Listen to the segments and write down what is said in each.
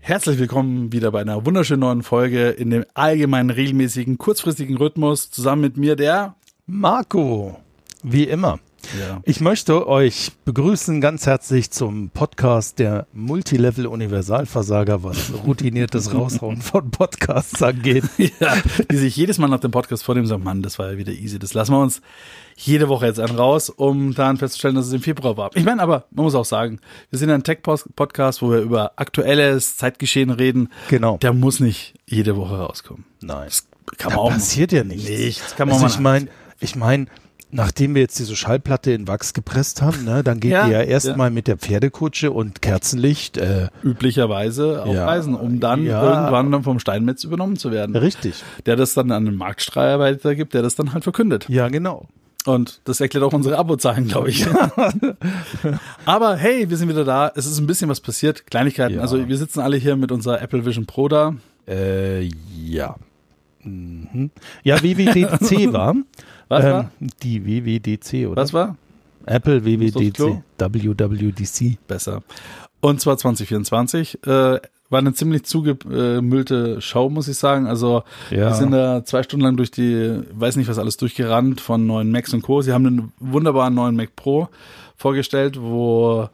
Herzlich willkommen wieder bei einer wunderschönen neuen Folge in dem allgemeinen, regelmäßigen, kurzfristigen Rhythmus zusammen mit mir, der. Marco, wie immer. Ja. Ich möchte euch begrüßen ganz herzlich zum Podcast der Multilevel Universalversager, was routiniertes Raushauen von Podcasts angeht. Ja, die sich jedes Mal nach dem Podcast vornehmen, sagen, Mann, das war ja wieder easy, das lassen wir uns jede Woche jetzt an raus, um dann festzustellen, dass es im Februar war. Ich meine aber, man muss auch sagen, wir sind ein Tech-Podcast, wo wir über aktuelles Zeitgeschehen reden. Genau. Der muss nicht jede Woche rauskommen. Nein. Das kann Da man auch passiert ja nichts. Nichts, kann man also mal ich meine, ich meine, nachdem wir jetzt diese Schallplatte in Wachs gepresst haben, ne, dann geht Ja, ihr ja ja. erstmal mit der Pferdekutsche und Kerzenlicht. Äh, üblicherweise auf Ja, Reisen, um dann ja. irgendwann dann vom Steinmetz übernommen zu werden. richtig. der das dann an den Marktstreier weitergibt, der das dann halt verkündet. Ja, genau. Und das erklärt auch unsere Abozahlen, glaube ich. Aber hey, wir sind wieder da. Es ist ein bisschen was passiert. Kleinigkeiten. Ja. Also wir sitzen alle hier mit unserer Apple Vision Pro da. Äh, ja. Mhm. Ja, WWDC war. ähm, Was war? Die WWDC, oder? Was war? Apple du aufs Klo? WWDC. WWDC. Besser. Und zwar 2024. Äh, war eine ziemlich zugemüllte Show, muss ich sagen. Also Ja. wir sind da zwei Stunden lang durch die, weiß nicht was alles durchgerannt von neuen Macs und Co. Sie haben einen wunderbaren neuen Mac Pro vorgestellt, wo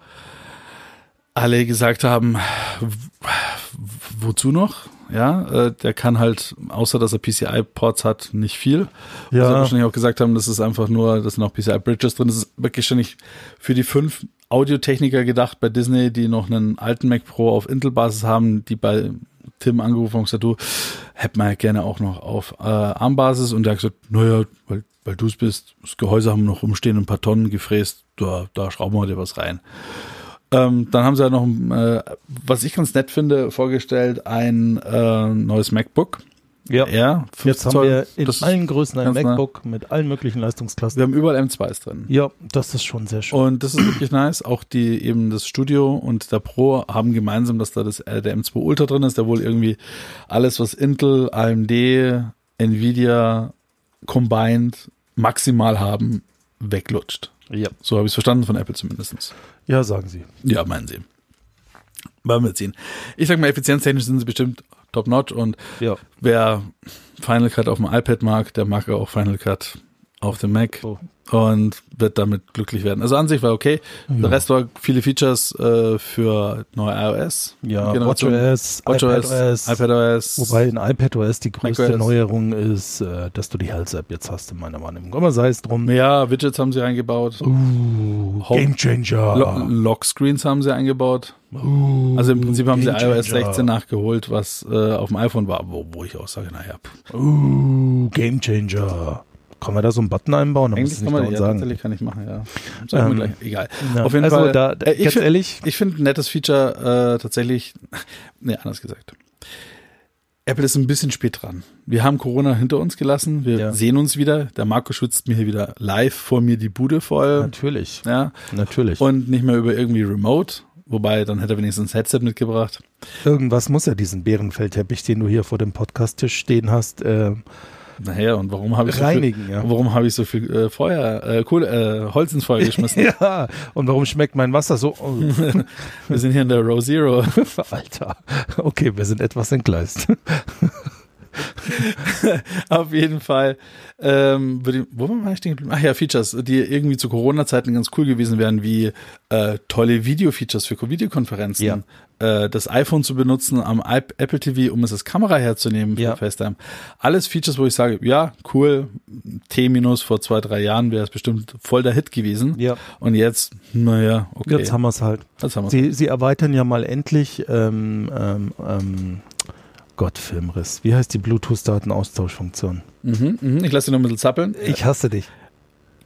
alle gesagt haben, w- w- wozu noch? Ja, äh, der kann halt, außer dass er PCI-Ports hat, nicht viel. Ja. Ja. Was sie wahrscheinlich auch gesagt haben, das ist einfach nur, das sind auch PCI-Bridges drin. Das ist wirklich ständig für die fünf Audiotechniker gedacht bei Disney, die noch einen alten Mac Pro auf Intel-Basis haben, die bei Tim angerufen haben und gesagt, du, hätten wir ja gerne auch noch auf äh, ARM-Basis. Und der hat gesagt, naja, weil, weil du es bist, das Gehäuse haben wir noch rumstehen, ein paar Tonnen gefräst, da, da schrauben wir dir was rein. Ähm, dann haben sie ja noch, äh, was ich ganz nett finde, vorgestellt, ein äh, neues MacBook. Ja. Ja, 50 Jetzt haben Zoll. wir in das, allen Größen ein ganz nah. MacBook mit allen möglichen wir Leistungsklassen. haben überall M2s drin. Ja, das ist schon sehr schön. Und das ist wirklich nice. Auch die eben das Studio und der Pro haben gemeinsam, dass da das, äh, der M2 Ultra drin ist, der wohl irgendwie alles, was Intel, AMD, Nvidia combined maximal haben, weglutscht. Ja. So habe ich es verstanden von Apple zumindestens. ja, sagen Sie. Ja, meinen Sie. Wollen wir sehen. Ich sag mal, effizienztechnisch sind sie bestimmt top notch und Ja. wer Final Cut auf dem iPad mag, der mag auch Final Cut auf dem Mac So. und wird damit glücklich werden. Also an sich war okay. Ja. Der Rest war viele Features äh, für neue iOS. Ja, Generation. WatchOS, WatchOS, iPadOS. iPadOS. Wobei in iPadOS die größte macOS. Neuerung ist, äh, dass du die Hals-App jetzt hast in meiner Wahrnehmung. Aber sei es drum. ja, Widgets haben sie eingebaut. Uh, Home- Game Changer. Lo Lockscreens haben sie eingebaut. Uh, Also im Prinzip haben sie Game iOS Changer. 16 nachgeholt, was äh, auf dem iPhone war, wo, wo ich auch sage, naja, pff. Uh, Game Changer. Kann man da so einen Button einbauen? Dann muss Eigentlich ich kann nicht man dauernd ja, sagen. tatsächlich kann ich machen, ja. Sagen wir Ähm, gleich. Egal. Ja. Auf jeden also Fall. Da, da, äh, ich ganz finde ehrlich, find ein nettes Feature äh, tatsächlich, nee, anders gesagt. Apple ist ein bisschen spät dran. Wir haben Corona hinter uns gelassen. Wir Ja. sehen uns wieder. Der Marco schützt mir hier wieder live vor mir die Bude voll. natürlich, Ja. natürlich. Und nicht mehr über irgendwie Remote. Wobei, dann hätte er wenigstens ein Headset mitgebracht. Irgendwas muss ja diesen Bärenfellteppich, den du hier vor dem Podcast-Tisch stehen hast, äh, Naja, und warum habe ich so reinigen. viel, warum habe ich so viel äh, Feuer, äh, Kohle, äh, Holz ins Feuer geschmissen? ja. ja, und warum schmeckt mein Wasser so? Oh, Wir sind hier in der Row Zero. Alter, okay, wir sind etwas entgleist. Auf jeden Fall. Ähm, würde ich, wo war ich denn? geblieben? Ach ja, Features, die irgendwie zu Corona-Zeiten ganz cool gewesen wären, wie äh, tolle Video-Features für Videokonferenzen. Äh, das iPhone zu benutzen am I Apple TV, um es als Kamera herzunehmen für Ja. FaceTime. Alles Features, wo ich sage, ja, cool, T- vor zwei, drei Jahren wäre es bestimmt voll der Hit gewesen. Ja. Und jetzt, naja, okay. Jetzt haben wir es halt. Jetzt haben wir's. Sie, sie erweitern ja mal endlich, ähm, ähm, ähm, Gott, Filmriss. Wie heißt die Bluetooth-Datenaustauschfunktion? mhm, mhm. Ich lasse dir noch ein bisschen zappeln. Ich hasse dich.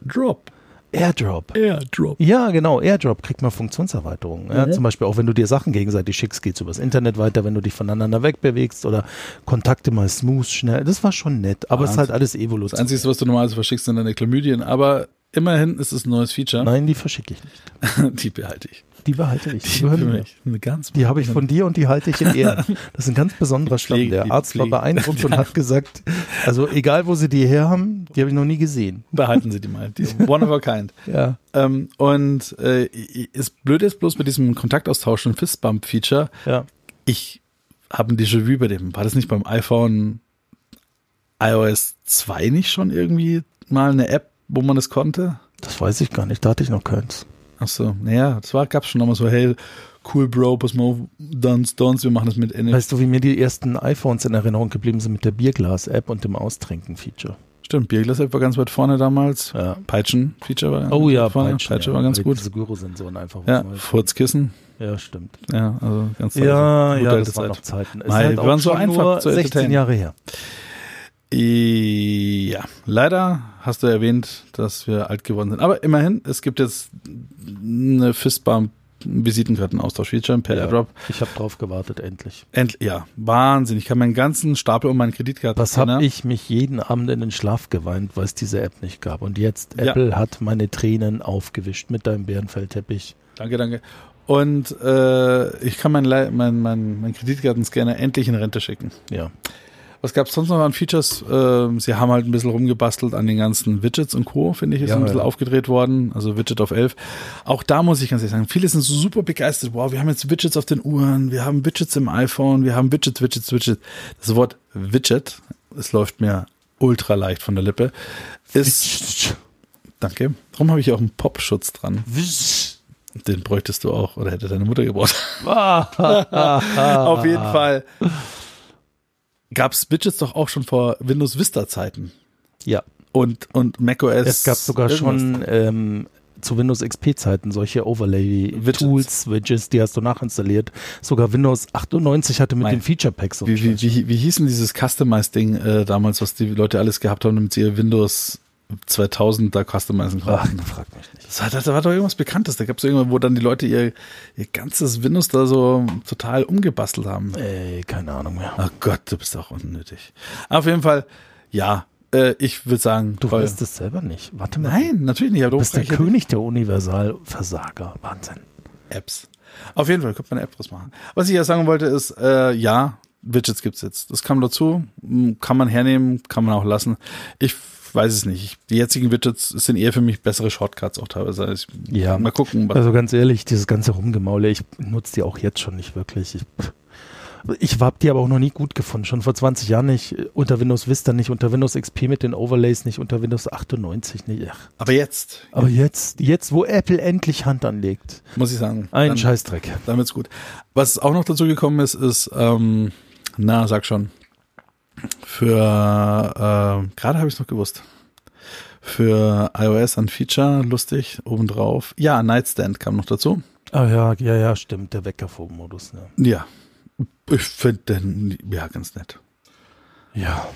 Drop. AirDrop. Airdrop. Ja, genau. AirDrop kriegt man Funktionserweiterungen. Ja, Zum Beispiel auch, wenn du dir Sachen gegenseitig schickst, geht's übers Internet weiter, wenn du dich voneinander wegbewegst oder Kontakte mal smooth, schnell. Das war schon nett, aber es ist halt alles Das Evolution. Einzige, was du normalerweise verschickst, sind deine Chlamydien, aber immerhin ist es ein neues Feature. Nein, die verschicke ich nicht. Die behalte ich. Die behalte ich. Die, Die, gehören für mir. mich. Eine ganz Die habe ich von dir und die halte ich in Ehren. Das ist ein ganz besonderer Stamm. Pflege- Der die Arzt war Pflege- beeindruckt und hat gesagt, also egal wo sie die her haben, die habe ich noch nie gesehen. behalten Sie die mal. Die ist one of a kind. Ja. Ähm, und äh, es blöd ist bloß mit diesem Kontaktaustausch und Fistbump-Feature. Ja. Ich habe ein Déjà-vu bei dem. War das nicht beim iPhone iOS 2 nicht schon irgendwie mal eine App, wo man das konnte? Das weiß ich gar nicht. Da hatte ich noch keins. Ach so, naja, das war, gab's schon nochmal so, hey, cool, Bro, pass mal auf, Dance, Dance, wir machen das mit NFC. Weißt du, wie mir die ersten iPhones in Erinnerung geblieben sind mit der Bierglas-App und dem Austrinken-Feature? Stimmt, Bierglas-App war ganz weit vorne damals. Ja. Peitschen-Feature war Oh ja, vorne. Peitschen, Peitsche, ja. war ganz Weil gut. Diese Gyrosensoren einfach. was Ja, Neues. Furzkissen. ja stimmt. Ja, also ganz Ja, gute ja, alte das waren noch Zeit. Zeiten. Es Mei, wir auch waren so schon einfach nur zu 16 entertainen. Jahre her. Ja, leider hast du erwähnt, dass wir alt geworden sind. Aber immerhin, es gibt jetzt eine Fistbump-Visitenkarten-Austausch-Feature per Airdrop. Ich habe drauf gewartet, endlich. End ja, Wahnsinn. Ich kann meinen ganzen Stapel um meine Kreditkarte Was habe ich ne? mich jeden Abend in den Schlaf geweint, weil es diese App nicht gab. Und jetzt, Ja. Apple hat meine Tränen aufgewischt mit deinem Bärenfellteppich. Danke, danke. Und äh, ich kann meinen mein, mein, mein meinen Kreditkartenscanner endlich in Rente schicken. Ja. Was gab es sonst noch an Features? Ähm, sie haben halt ein bisschen rumgebastelt an den ganzen Widgets und Co., finde ich, ist Ja, ein bisschen ja. aufgedreht worden. Also Widget auf 11. Auch da muss ich ganz ehrlich sagen, viele sind so super begeistert. Wow, wir haben jetzt Widgets auf den Uhren, wir haben Widgets im iPhone, wir haben Widgets, Widgets, Widgets. Das Wort Widget, es läuft mir ultra leicht von der Lippe, ist, danke, darum habe ich auch einen Popschutz dran. Den bräuchtest du auch oder hätte deine Mutter gebraucht. Ah. Auf jeden Fall gab's Widgets doch auch schon vor Windows Vista Zeiten Ja. und und macOS. Es gab sogar irgendwas. schon ähm, zu Windows XP-Zeiten solche Widgets. Overlay-Tools, Widgets, die hast du nachinstalliert. Sogar Windows 98 hatte mit Mein- den Feature-Packs so Wie, wie, einen Scheiß. wie, wie hieß denn dieses Customized-Ding äh, damals, was die Leute alles gehabt haben, damit sie ihr Windows 2000 da customizen Ach, konnten? frag mich nicht. Das war, das war doch irgendwas Bekanntes. Da gab's irgendwann, wo dann die Leute ihr, ihr ganzes Windows da so total umgebastelt haben. Ey, keine Ahnung mehr. Ach Gott, du bist auch unnötig. Auf jeden Fall, ja, äh, ich würde sagen, Du toll. weißt es selber nicht. Warte mal. Nein, natürlich nicht. Du bist der König. König der Universalversager. Wahnsinn. Apps. Auf jeden Fall könnte man eine App draus machen. Was ich ja sagen wollte ist, äh, ja, Widgets gibt's jetzt. Das kam dazu, m, kann man hernehmen, kann man auch lassen. Ich f- weiß es nicht. Ich, die jetzigen Widgets sind eher für mich bessere Shortcuts auch teilweise. Also Ich, Ja. Mal gucken. Was, Also ganz ehrlich, dieses ganze Rumgemaule, ich nutze die auch jetzt schon nicht wirklich. Ich, ich habe die aber auch noch nie gut gefunden. Schon vor 20 Jahren nicht, äh, unter Windows Vista nicht, unter Windows XP mit den Overlays nicht, unter Windows 98 nicht. Ach. aber jetzt Aber jetzt, jetzt, wo Apple endlich Hand anlegt, muss ich sagen, ein dann, Scheißdreck. damit's gut. Was auch noch dazu gekommen ist, ist, ähm, na, sag schon, für, äh, gerade habe ich es noch gewusst, für iOS ein Feature, lustig, obendrauf. Ja, Nightstand kam noch dazu. Ah ja, ja, ja, stimmt, der Weckerform-Modus. Ne? Ja. Ich finde den, ja, ganz nett. Ja,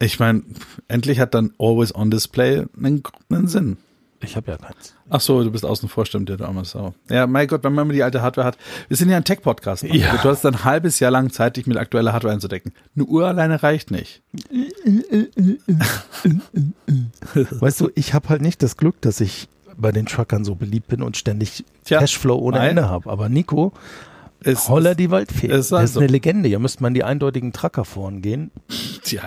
Ich meine, endlich hat dann Always on Display einen, einen Sinn. ich habe ja keins. Ach so, du bist außen vor, stimmt dir damals auch. Ja, mein Gott, wenn man immer die alte Hardware hat. Wir sind ja ein Tech-Podcast. Mann. Ja. Du hast ein halbes Jahr lang Zeit, dich mit aktueller Hardware einzudecken. Eine Uhr alleine reicht nicht. Weißt du, ich habe halt nicht das Glück, dass ich bei den Truckern so beliebt bin und ständig Tja, Cashflow ohne nein. Ende habe. Aber Nico, Es, Holler die Waldfee. es ist Das ist also- eine Legende. Hier müsste man die eindeutigen Tracker vorn gehen. Tja,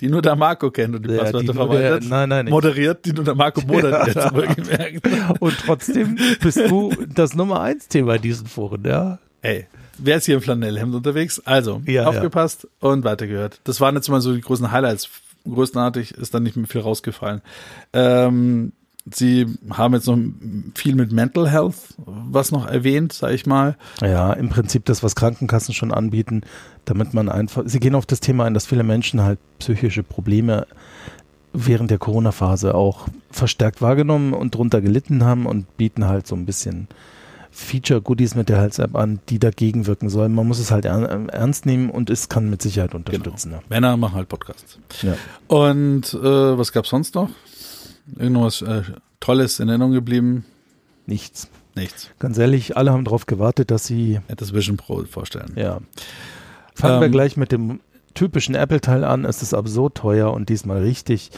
die nur der Marco kennt und die Ja, Passwörter die nur verwaltet. der- nein, nein, ich- Moderiert, die nur der Marco moderiert, ja. wohlgemerkt. Und trotzdem bist du das Nummer eins Thema in diesen Foren, ja? Ey, wer ist hier im Flanellhemd unterwegs? Also, Ja, aufgepasst und weitergehört. Das waren jetzt mal so die großen Highlights. Größtenartig ist dann nicht mehr viel rausgefallen. Ähm, sie haben jetzt noch viel mit Mental Health, was noch erwähnt, sag ich mal. Ja, im Prinzip das, was Krankenkassen schon anbieten, damit man einfach. Sie gehen auf das Thema ein, dass viele Menschen halt psychische Probleme während der Corona-Phase auch verstärkt wahrgenommen und drunter gelitten haben und bieten halt so ein bisschen Feature-Goodies mit der Hals-App an, die dagegen wirken sollen. Man muss es halt er- ernst nehmen und es kann mit Sicherheit unterstützen. ne? Männer machen halt Podcasts. Ja. Und äh, was gab's sonst noch? Irgendwas äh, Tolles in Erinnerung geblieben? Nichts. Nichts. Ganz ehrlich, alle haben darauf gewartet, dass sie, Hätte Vision Pro vorstellen. ja. Fangen wir Ähm. gleich mit dem typischen Apple-Teil an. Es ist absurd teuer und diesmal richtig.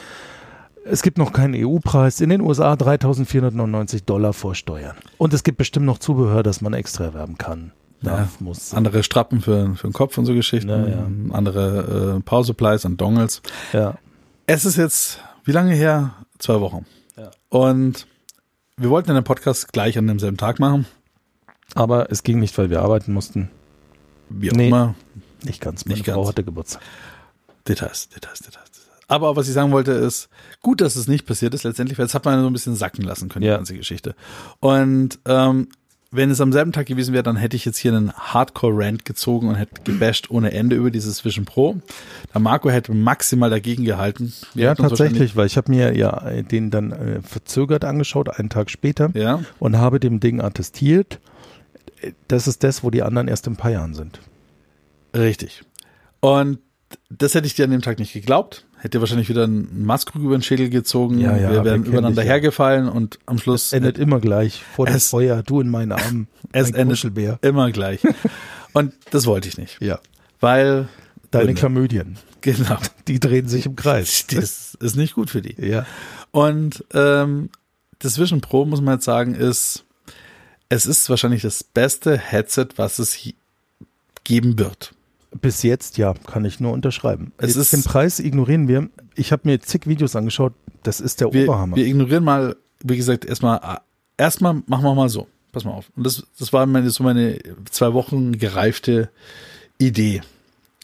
Es gibt noch keinen EU-Preis. In den USA 3.499 Dollar vor Steuern. Und es gibt bestimmt noch Zubehör, das man extra erwerben kann. Darf, muss. Andere Strappen für, für den Kopf und so Geschichten, Ja, ja. andere äh, Power Supplies und Dongles. Ja. Es ist jetzt, wie lange her? Zwei Wochen. Ja. Und wir wollten ja den Podcast gleich an demselben Tag machen. Aber es ging nicht, weil wir arbeiten mussten. Wie auch Nee. immer. Nicht ganz. Meine Nicht Frau ganz. hatte Geburtstag. Details, Details, Details. Details. Aber was ich sagen wollte ist, gut, dass es nicht passiert ist letztendlich, weil es hat man so ein bisschen sacken lassen können, Ja. die ganze Geschichte. Und ähm, wenn es am selben Tag gewesen wäre, dann hätte ich jetzt hier einen Hardcore-Rant gezogen und hätte gebasht ohne Ende über dieses Vision Pro. Der Marco hätte maximal dagegen gehalten. Wir Ja, hätten uns tatsächlich, weil ich habe mir ja den dann äh, verzögert angeschaut, einen Tag später. wahrscheinlich- Ja, und habe dem Ding attestiert, Äh, das ist das, wo die anderen erst in ein paar Jahren sind. Richtig. Und das hätte ich dir an dem Tag nicht geglaubt. Hätte dir wahrscheinlich wieder einen Maskrug über den Schädel gezogen. Ja, ja, wir wären wir kennen übereinander dich, ja. hergefallen und am Schluss Endet immer gleich vor dem es- Feuer, du in meinen Armen. Es ein endet- Kuschelbär. immer gleich. und das wollte ich nicht. Ja. Weil. Deine Gründe. Komödien, Genau. die drehen sich im Kreis. Das ist nicht gut für die. Ja. Und ähm, das Vision Pro, muss man jetzt sagen, ist, es ist wahrscheinlich das beste Headset, was es hi- geben wird. Bis jetzt, ja, kann ich nur unterschreiben. Es ist- den Preis ignorieren wir. Ich habe mir zig Videos angeschaut. Das ist der wir, Oberhammer. wir ignorieren mal, wie gesagt, erstmal, erstmal machen wir mal so. Pass mal auf. Und das, das war meine, so meine zwei Wochen gereifte Idee.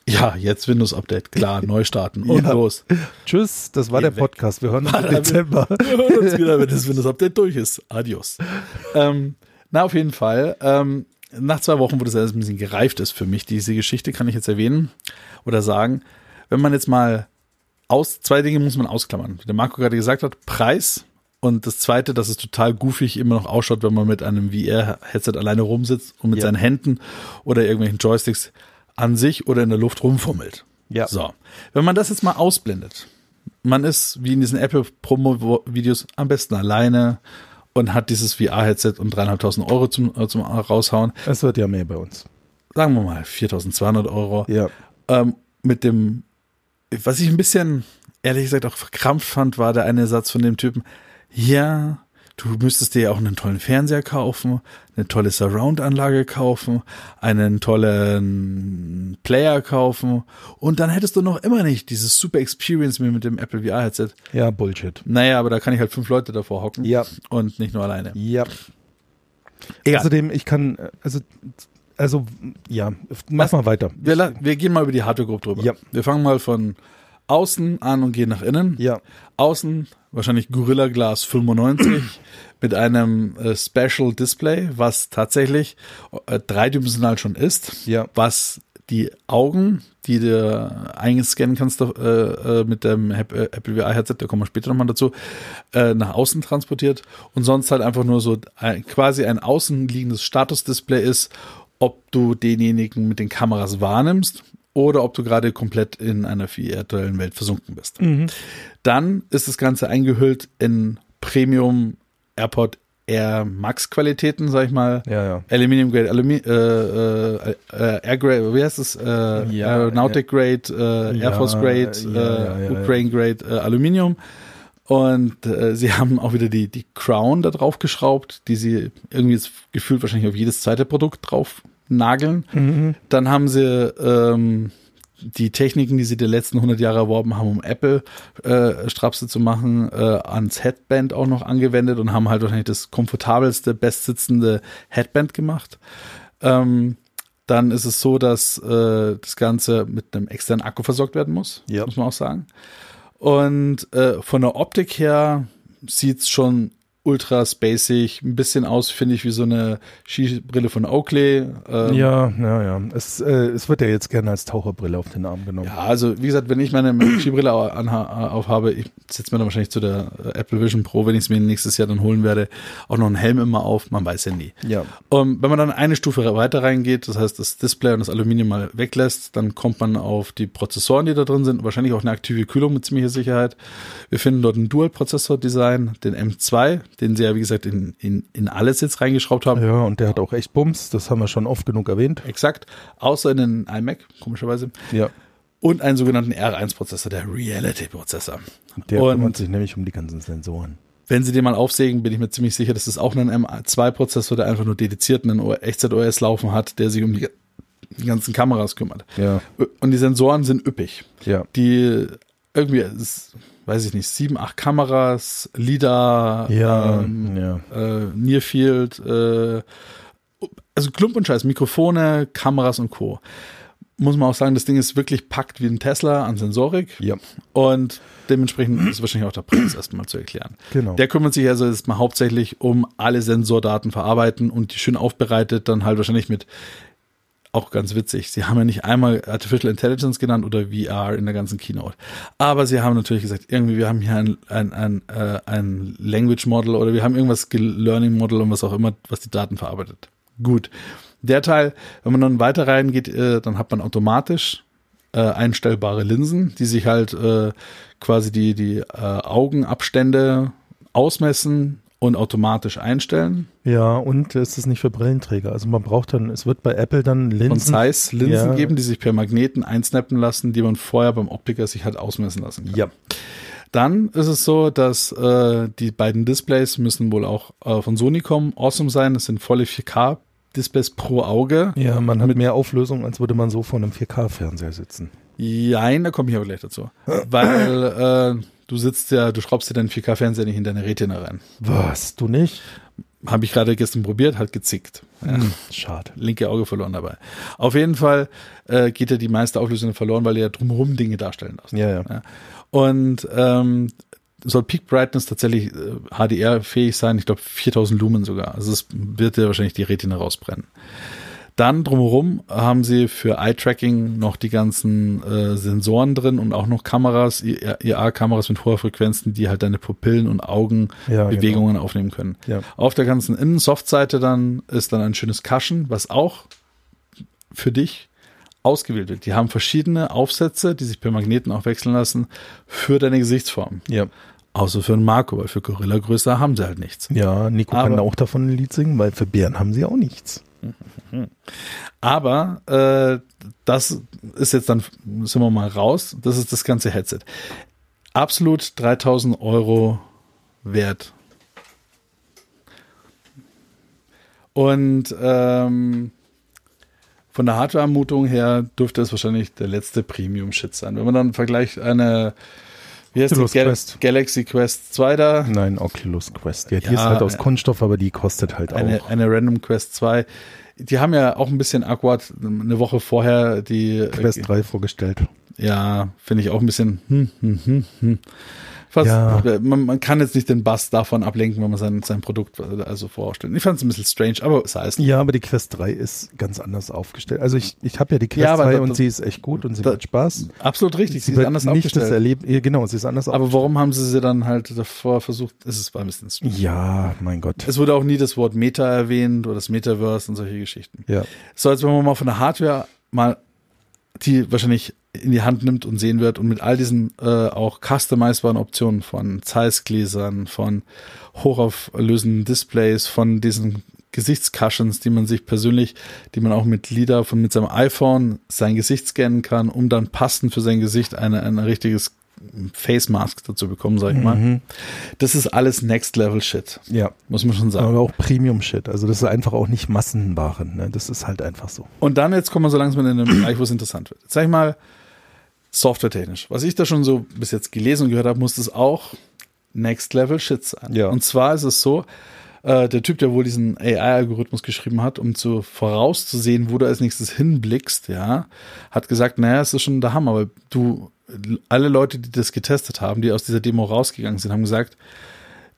Ja, jetzt Windows-Update, klar, neu starten und Ja. los. Tschüss, das war Geh der weg. Podcast. Wir hören uns im Warte, wir- Dezember. Wir hören uns wieder, wenn das Windows-Update durch ist. Adios. ähm, na, auf jeden Fall. Ähm, nach zwei Wochen, wo das alles ein bisschen gereift ist für mich, diese Geschichte kann ich jetzt erwähnen oder sagen. Wenn man jetzt mal aus, zwei Dinge muss man ausklammern. Wie der Marco gerade gesagt hat, Preis und das zweite, dass es total goofig immer noch ausschaut, wenn man mit einem VR-Headset alleine rumsitzt und mit Ja. seinen Händen oder irgendwelchen Joysticks an sich oder in der Luft rumfummelt. Ja. So. Wenn man das jetzt mal ausblendet, man ist wie in diesen Apple-Promo-Videos am besten alleine und hat dieses VR-Headset um 3.500 Euro zum, äh, zum Raushauen. Es wird ja mehr bei uns. Sagen wir mal 4.200 Euro. Ja. Ähm, mit dem, was ich ein bisschen, ehrlich gesagt, auch verkrampft fand, war der eine Satz von dem Typen, ja, du müsstest dir ja auch einen tollen Fernseher kaufen, eine tolle Surround-Anlage kaufen, einen tollen Player kaufen und dann hättest du noch immer nicht dieses super Experience mit dem Apple VR-Headset. Ja, Bullshit. Naja, aber da kann ich halt fünf Leute davor hocken Ja. und nicht nur alleine. Ja. Egal. Außerdem, ich kann, äh, also, also ja, mach Was- mal weiter. wir, la- wir gehen mal über die Hardware grob drüber. Ja. Wir fangen mal von außen an und gehen nach innen. Ja, Außen wahrscheinlich Gorilla Glass 95 mit einem äh, Special Display, was tatsächlich äh, dreidimensional schon ist, Ja. was die Augen, die du einscannen kannst äh, äh, mit dem Hap- äh, Apple VR Headset, da kommen wir später nochmal dazu, äh, nach außen transportiert und sonst halt einfach nur so ein, quasi ein außenliegendes Statusdisplay ist, ob du denjenigen mit den Kameras wahrnimmst oder ob du gerade komplett in einer virtuellen Welt versunken bist. Dann ist das Ganze eingehüllt in Premium AirPod Air Max Qualitäten, sag ich mal. ja, ja. Aluminium Grade, Alumi äh, äh, äh, Air Grade, wie heißt es? Äh, Ja, Aeronautic Grade, äh, Ja, Air Force Grade, ja, ja, äh, ja, ja. Ukraine Grade, äh, Aluminium. Und äh, sie haben auch wieder die, die Crown da drauf geschraubt, die sie irgendwie jetzt gefühlt wahrscheinlich auf jedes zweite Produkt drauf nageln. Mhm. Dann haben sie ähm, die Techniken, die sie der letzten 100 Jahre erworben haben, um Apple äh, Strapse zu machen, äh, ans Headband auch noch angewendet und haben halt wahrscheinlich das komfortabelste, bestsitzende Headband gemacht. Ähm, dann ist es so, dass äh, das Ganze mit einem externen Akku versorgt werden muss, Ja. muss man auch sagen. Und äh, von der Optik her sieht's schon ultra spacig, ein bisschen aus, finde ich, wie so eine Skibrille von Oakley. Ähm, ja, ja, ja. Es, äh, es wird ja jetzt gerne als Taucherbrille auf den Arm genommen. Ja, also wie gesagt, wenn ich meine meine Skibrille au- anha- äh, aufhabe, ich setze mir dann wahrscheinlich zu der äh, Apple Vision Pro, wenn ich es mir nächstes Jahr dann holen werde, auch noch einen Helm immer auf, man weiß ja nie. Ja. Ähm, wenn man dann eine Stufe weiter reingeht, das heißt das Display und das Aluminium mal weglässt, dann kommt man auf die Prozessoren, die da drin sind, wahrscheinlich auch eine aktive Kühlung mit ziemlicher Sicherheit. Wir finden dort ein Dual-Prozessor-Design, den M2, den sie ja wie gesagt in, in, in alles jetzt reingeschraubt haben. Ja, und der hat auch echt Bums. Das haben wir schon oft genug erwähnt. Exakt, außer in den iMac, komischerweise. Ja. Und einen sogenannten R1-Prozessor, der Reality-Prozessor. Der Und- kümmert sich nämlich um die ganzen Sensoren. Wenn sie den mal aufsägen, bin ich mir ziemlich sicher, dass das auch ein M2-Prozessor, der einfach nur dediziert einen O- Echtzeit-OS laufen hat, der sich um die, die ganzen Kameras kümmert. Ja. Und die Sensoren sind üppig. Ja. Die irgendwie, es- weiß ich nicht, sieben, acht Kameras, LIDAR, Ja, ähm, ja. äh, Nearfield, äh, also Klump und Scheiß, Mikrofone, Kameras und Co. Muss man auch sagen, das Ding ist wirklich packt wie ein Tesla an Sensorik. Ja. Und dementsprechend ist wahrscheinlich auch der Preis erstmal zu erklären. Genau. Der kümmert sich also erstmal hauptsächlich um alle Sensordaten verarbeiten und die schön aufbereitet, dann halt wahrscheinlich mit, auch ganz witzig, sie haben ja nicht einmal Artificial Intelligence genannt oder VR in der ganzen Keynote. Aber sie haben natürlich gesagt, irgendwie, wir haben hier ein, ein, ein, äh, ein Language Model oder wir haben irgendwas, Ge- Learning Model und was auch immer, was die Daten verarbeitet. Gut. Der Teil, wenn man dann weiter reingeht, äh, dann hat man automatisch äh, einstellbare Linsen, die sich halt äh, quasi die, die äh, Augenabstände ausmessen und automatisch einstellen. Ja, und es ist nicht für Brillenträger. Also man braucht dann, es wird bei Apple dann Und Linsen. Size Linsen Ja. geben, die sich per Magneten einsnappen lassen, die man vorher beim Optiker sich halt ausmessen lassen kann. Ja. Dann ist es so, dass äh, die beiden Displays müssen wohl auch äh, von Sony kommen. Awesome sein, das sind volle 4K Displays pro Auge. Ja, man hat mehr Auflösung, als würde man so vor einem 4K-Fernseher sitzen. Jein, da komme ich aber gleich dazu. Weil äh, du sitzt ja, du schraubst dir deinen 4K-Fernseher nicht in deine Retina rein. Was? Du nicht? Habe ich gerade gestern probiert, hat gezickt. Hm, Schade. linke Auge verloren dabei. Auf jeden Fall äh, geht ja die meiste Auflösung verloren, weil ihr ja drumherum Dinge darstellen darfst. Ja, ja. Und ähm, soll Peak Brightness tatsächlich äh, HDR-fähig sein? Ich glaube 4000 Lumen sogar. Also es wird ja wahrscheinlich die Retina rausbrennen. Dann drumherum haben sie für Eye-Tracking noch die ganzen äh, Sensoren drin und auch noch Kameras, IR-Kameras mit hoher Frequenzen, die halt deine Pupillen und Ja, Augenbewegungen aufnehmen können. Ja. Auf der ganzen Innensoft-Seite dann ist dann ein schönes Cushion, was auch für dich ausgewählt wird. Die haben verschiedene Aufsätze, die sich per Magneten auch wechseln lassen, für deine Gesichtsform. Ja. Außer für einen Marco, weil für Gorilla-Größe haben sie halt nichts. Ja, Nico Aber- kann da auch davon ein Lied singen, weil für Bären haben sie auch nichts. Aber äh, das ist jetzt dann, sind wir mal raus, das ist das ganze Headset. Absolut 3000 Euro wert. Und ähm, von der Hardware-Anmutung her dürfte es wahrscheinlich der letzte Premium-Shit sein. Wenn man dann vergleicht eine wie heißt die? Oculus Gal Quest. Galaxy Quest 2 da, Nein, Oculus Quest. Ja, die Ja, ist halt aus ja. Kunststoff, aber die kostet halt eine, auch. eine Random Quest 2. Die haben ja auch ein bisschen Aquat eine Woche vorher die äh, Quest 3 vorgestellt. Ja, finde ich auch ein bisschen. Hm, hm, hm, hm. Fast, äh, Ja. man, man kann jetzt nicht den Bass davon ablenken, wenn man sein, sein Produkt also vorstellt. Ich fand es ein bisschen strange, aber es heißt. Ja, aber die Quest 3 ist ganz anders aufgestellt. Also ich, ich habe ja die Quest Ja, aber 3 da- und sie ist echt gut und sie da- macht Spaß. Absolut richtig, sie ist wird anders nicht Das aufgestellt. Erleben, ja, genau, sie ist anders Aber warum haben sie sie dann halt davor versucht? Es ist war ein bisschen strange. Ja, mein Gott. Es wurde auch nie das Wort Meta erwähnt oder das Metaverse und solche Geschichten. Ja. So, als wenn man mal von der Hardware mal die wahrscheinlich in die Hand nimmt und sehen wird und mit all diesen äh, auch customizebaren Optionen von Zeissgläsern, von hochauflösenden Displays, von diesen Gesichtscushions, die man sich persönlich, die man auch mit LIDAR von mit seinem iPhone sein Gesicht scannen kann, um dann passend für sein Gesicht eine, ein richtiges Face Mask dazu bekommen, sag ich mal. Das ist alles Next Level Shit, Ja. muss man schon sagen. Aber auch Premium-Shit. Also das ist einfach auch nicht Massenware. Ne? Das ist halt einfach so. Und dann jetzt kommen wir so langsam in den Bereich, wo es interessant wird. Jetzt Sag ich mal, softwaretechnisch. Was ich da schon so bis jetzt gelesen und gehört habe, muss das auch Next Level Shit sein. Ja. Und zwar ist es so, äh, der Typ, der wohl diesen AI-Algorithmus geschrieben hat, um zu vorauszusehen, wo du als nächstes hinblickst, ja, hat gesagt, naja, es ist schon der Hammer, aber du, alle Leute, die das getestet haben, die aus dieser Demo rausgegangen sind, haben gesagt,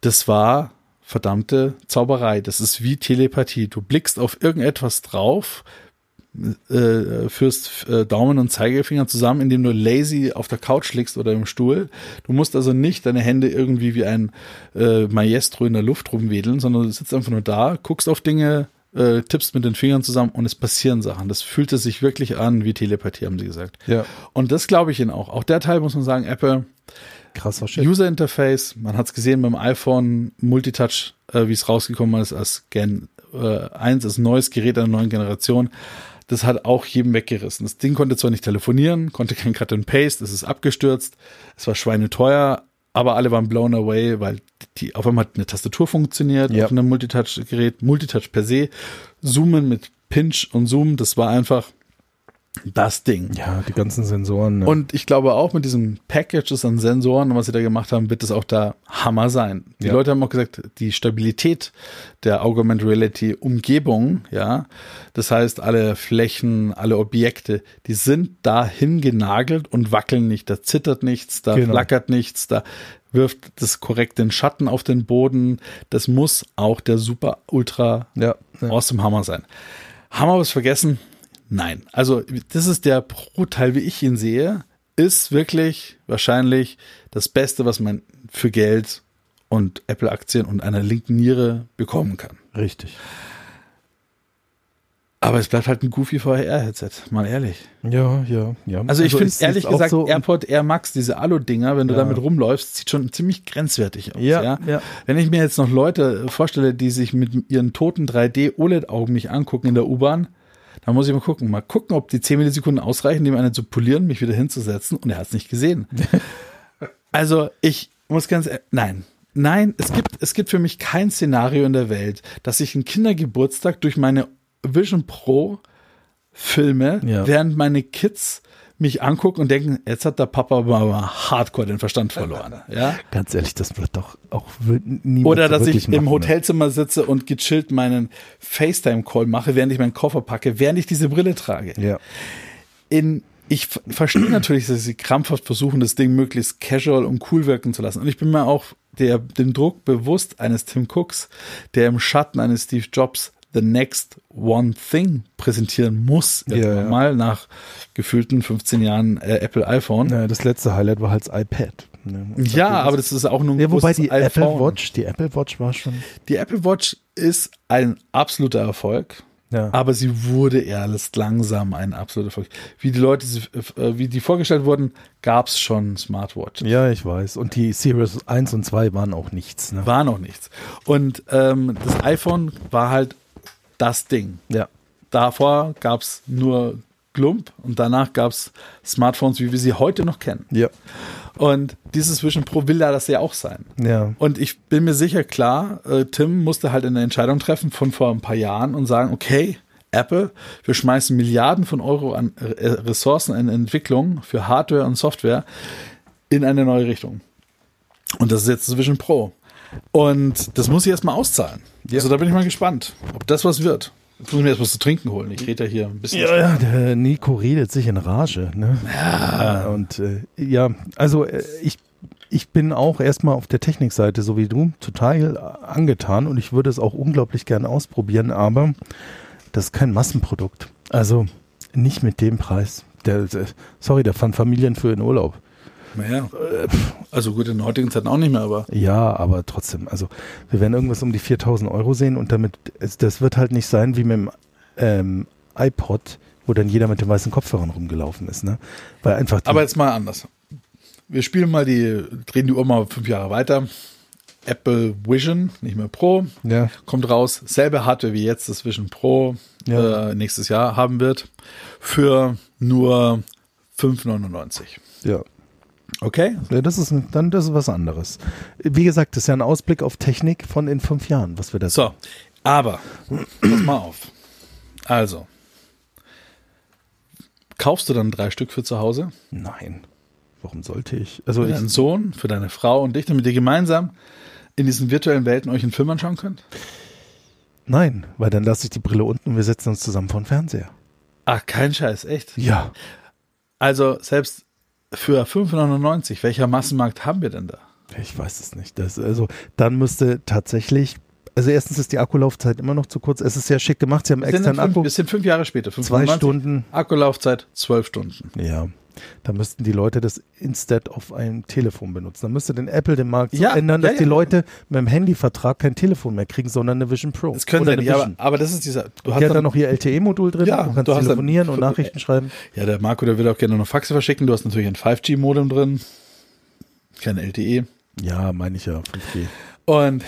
das war verdammte Zauberei. Das ist wie Telepathie. Du blickst auf irgendetwas drauf, äh, führst äh, Daumen und Zeigefinger zusammen, indem du lazy auf der Couch liegst oder im Stuhl. Du musst also nicht deine Hände irgendwie wie ein äh, Maestro in der Luft rumwedeln, sondern du sitzt einfach nur da, guckst auf Dinge, äh, tippst mit den Fingern zusammen und es passieren Sachen. Das fühlte sich wirklich an wie Telepathie, haben sie gesagt. Ja. Und das glaube ich ihnen auch. Auch der Teil muss man sagen, Apple, Krasser Shit. User Interface, man hat es gesehen beim iPhone, Multitouch, äh, wie es rausgekommen ist, als Gen äh, 1, als neues Gerät einer neuen Generation. Das hat auch jedem weggerissen. Das Ding konnte zwar nicht telefonieren, konnte kein Cut and Paste, es ist abgestürzt, es war schweineteuer, aber alle waren blown away, weil die auf einmal hat eine Tastatur funktioniert, Ja. auf einem Multitouch-Gerät, Multitouch per se, Zoomen mit Pinch und Zoom, das war einfach das Ding. Ja, die ganzen Sensoren. ne? Und ich glaube auch mit diesem Packages an Sensoren und was sie da gemacht haben, wird es auch da Hammer sein. Die Ja. Leute haben auch gesagt, die Stabilität der Augmented Reality Umgebung, ja, das heißt alle Flächen, alle Objekte, die sind dahin genagelt und wackeln nicht. Da zittert nichts, da Genau. flackert nichts, da wirft das korrekt den Schatten auf den Boden. Das muss auch der super ultra ja, ja. aus dem Hammer sein. Haben wir was vergessen? Nein. Also, das ist der Pro-Teil, wie ich ihn sehe, ist wirklich wahrscheinlich das Beste, was man für Geld und Apple-Aktien und einer linken Niere bekommen kann. richtig. Aber es bleibt halt ein goofy VR-Headset, mal ehrlich. Ja, ja, ja. Also, ich es finde ist ehrlich auch gesagt, so- AirPod Air Max, diese Alu-Dinger, wenn du Ja. damit rumläufst, sieht schon ziemlich grenzwertig aus. ja, ja. Wenn ich mir jetzt noch Leute vorstelle, die sich mit ihren toten 3D-OLED-Augen mich angucken in der U-Bahn, dann muss ich mal gucken. Mal gucken, ob die 10 Millisekunden ausreichen, dem einen zu polieren, mich wieder hinzusetzen und er hat es nicht gesehen. also ich muss ganz, e- nein. Nein, es gibt, es gibt für mich kein Szenario in der Welt, dass ich einen Kindergeburtstag durch meine Vision Pro filme, Ja. während meine Kids mich angucken und denken, jetzt hat der Papa aber mal hardcore den Verstand verloren. Ja? Ganz ehrlich, das wird doch auch wir- niemand Oder dass wirklich ich machen, im ne? Hotelzimmer sitze und gechillt meinen FaceTime-Call mache, während ich meinen Koffer packe, während ich diese Brille trage. Ja. In, ich f- verstehe natürlich, dass sie krampfhaft versuchen, das Ding möglichst casual und cool wirken zu lassen. Und ich bin mir auch der, dem Druck bewusst eines Tim Cooks, der im Schatten eines Steve Jobs The Next One Thing präsentieren muss. Ja, irgendwann ja. Mal nach gefühlten 15 Jahren äh, Apple iPhone. Naja, das letzte Highlight war halt das iPad. ne? Und Ja, seitdem aber ist- das ist auch nur ein Ja, wobei großes die iPhone. Apple Watch, die Apple Watch war schon. Die Apple Watch ist ein absoluter Erfolg, Ja. aber sie wurde erst langsam ein absoluter Erfolg. Wie die Leute, sie- äh, wie die vorgestellt wurden, gab es schon Smartwatch. Ja, ich weiß. Und die Series 1 und 2 waren auch nichts. Ne? War noch nichts. Und ähm, das iPhone war halt das Ding. Ja. Davor gab es nur Glump und danach gab es Smartphones, wie wir sie heute noch kennen. Ja. Und dieses Vision Pro will da das ja auch sein. Ja. Und ich bin mir sicher, klar, äh, Tim musste halt eine Entscheidung treffen von vor ein paar Jahren und sagen, okay, Apple, wir schmeißen Milliarden von Euro an äh, Ressourcen in Entwicklung für Hardware und Software in eine neue Richtung. Und das ist jetzt das Vision Pro. Und das muss ich erstmal auszahlen. Also da bin ich mal gespannt, ob das was wird. Jetzt muss ich mir erst was zu trinken holen. Ich rede ja hier ein bisschen. Ja, ja, der Nico redet sich in Rage. Ne? Ja. Und äh, ja, also äh, ich, ich bin auch erstmal auf der Technikseite, so wie du, total angetan und ich würde es auch unglaublich gern ausprobieren, aber das ist kein Massenprodukt. Also nicht mit dem Preß. Der, der, sorry, der fand Familien für in Urlaub. Naja. Also gut, in heutigen Zeiten auch nicht mehr, aber Ja, aber trotzdem, also wir werden irgendwas um die 4000 Euro sehen und damit, es- das wird halt nicht sein wie mit dem ähm, iPod, wo dann jeder mit den weißen Kopfhörern rumgelaufen ist, ne? Weil einfach die, Aber jetzt mal anders. Wir spielen mal die, drehen die Uhr mal fünf Jahre weiter. Apple Vision, nicht mehr Pro, ja, kommt raus. Selbe Hardware wie jetzt das Vision Pro Ja. äh, nächstes Jahr haben wird. Für nur 5,99. ja. Okay? Ja, das ist ein- dann das ist was anderes. Wie gesagt, das ist ja ein Ausblick auf Technik von in fünf Jahren, was wir da So, aber, pass mal auf. Also, kaufst du dann drei Stück für zu Hause? Nein. Warum sollte ich? Also Für ich, deinen Sohn, für deine Frau und dich, damit ihr gemeinsam in diesen virtuellen Welten euch einen Film anschauen könnt? nein, weil dann lasse ich die Brille unten und wir setzen uns zusammen vor den Fernseher. Ach, kein Scheiß, echt? Ja. Also selbst für 5,99, welcher Massenmarkt haben wir denn da? Ich weiß es nicht. Das, also dann müsste tatsächlich, also erstens ist die Akkulaufzeit immer noch zu kurz. Es ist sehr schick gemacht. Sie haben Wir sind, externen in fünf, Akku. wir sind fünf Jahre später. Zwei 95. Stunden. Akkulaufzeit zwölf Stunden. Ja. Da müssten die Leute das instead auf ein Telefon benutzen. Da müsste den Apple den Markt so Ja, ändern, ja, dass ja. die Leute mit dem Handyvertrag kein Telefon mehr kriegen, sondern eine Vision Pro. Das können Oder sie eine nicht, aber, Vision. aber das ist dieser. Du Die hat dann noch ihr LTE-Modul drin, Ja, du kannst du hast dann- telefonieren und Nachrichten schreiben. Ja, der Marco, der will auch gerne noch Faxe verschicken. Du hast natürlich ein 5G-Modem drin. Kein LTE. Ja, meine ich ja, 5G. Und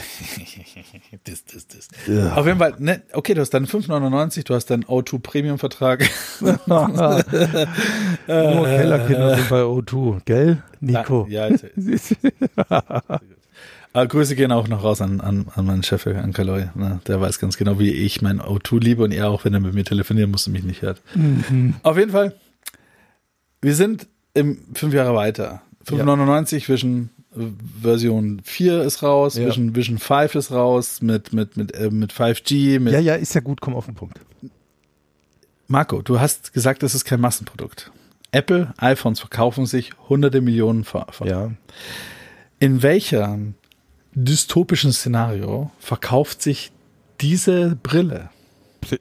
das, das, das. Ja. Auf jeden Fall, ne, okay, du hast dann 5,99, du hast dann O2 Premium-Vertrag. Nur Kellerkinder sind bei O2, gell, Nico? Ja, ja, Aber Ah, Grüße gehen auch noch raus an, an, an meinen Chef, an Kaloy. Ne? Der weiß ganz genau, wie ich mein O2 liebe und er auch, wenn er mit mir telefonieren muss und mich nicht hört. Mhm. Auf jeden Fall, wir sind im fünf Jahre weiter. 599 Vision äh, Version 4 ist raus, Ja. Vision, Vision 5 ist raus, mit, mit, mit, äh, mit 5G, mit Ja, ja, ist ja gut, komm auf den Punkt. Marco, du hast gesagt, es ist kein Massenprodukt. Apple, iPhones verkaufen sich hunderte Millionen von. von- Ja. In welchem dystopischen Szenario verkauft sich diese Brille?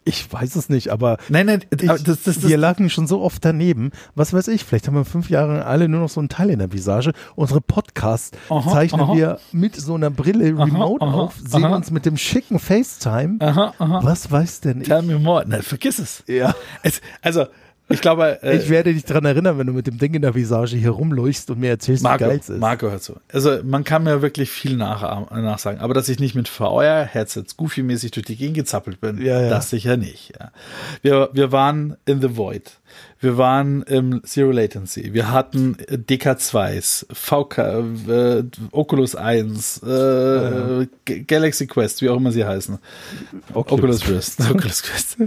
Ich weiß es nicht, aber Nein, nein, ich, aber das, das, das, wir lagen schon so oft daneben. Was weiß ich, vielleicht haben wir in fünf Jahren alle nur noch so einen Teil in der Visage. Unsere Podcasts Aha, zeichnen aha. wir mit so einer Brille remote aha, auf, sehen aha. uns mit dem schicken FaceTime. aha, aha. Was weiß denn ich? Tell me more. Nein, vergiss es. Ja. Es, also, ich glaube, äh, Ich werde dich daran erinnern, wenn du mit dem Ding in der Visage hier rumleuchst und mir erzählst, wie geil es Marco, ist. Marco hört zu. Also man kann mir wirklich viel nachahmen- nachsagen, aber dass ich nicht mit VR-Headsets goofy-mäßig durch die Gegend gezappelt bin, Ja, ja. das sicher nicht. Ja. Wir, wir waren in the Void. Wir waren im Zero Latency. Wir hatten äh, DK2s, VK, äh, Oculus 1, äh, G- Galaxy Quest, wie auch immer sie heißen. Oculus Rift. Oculus Quest.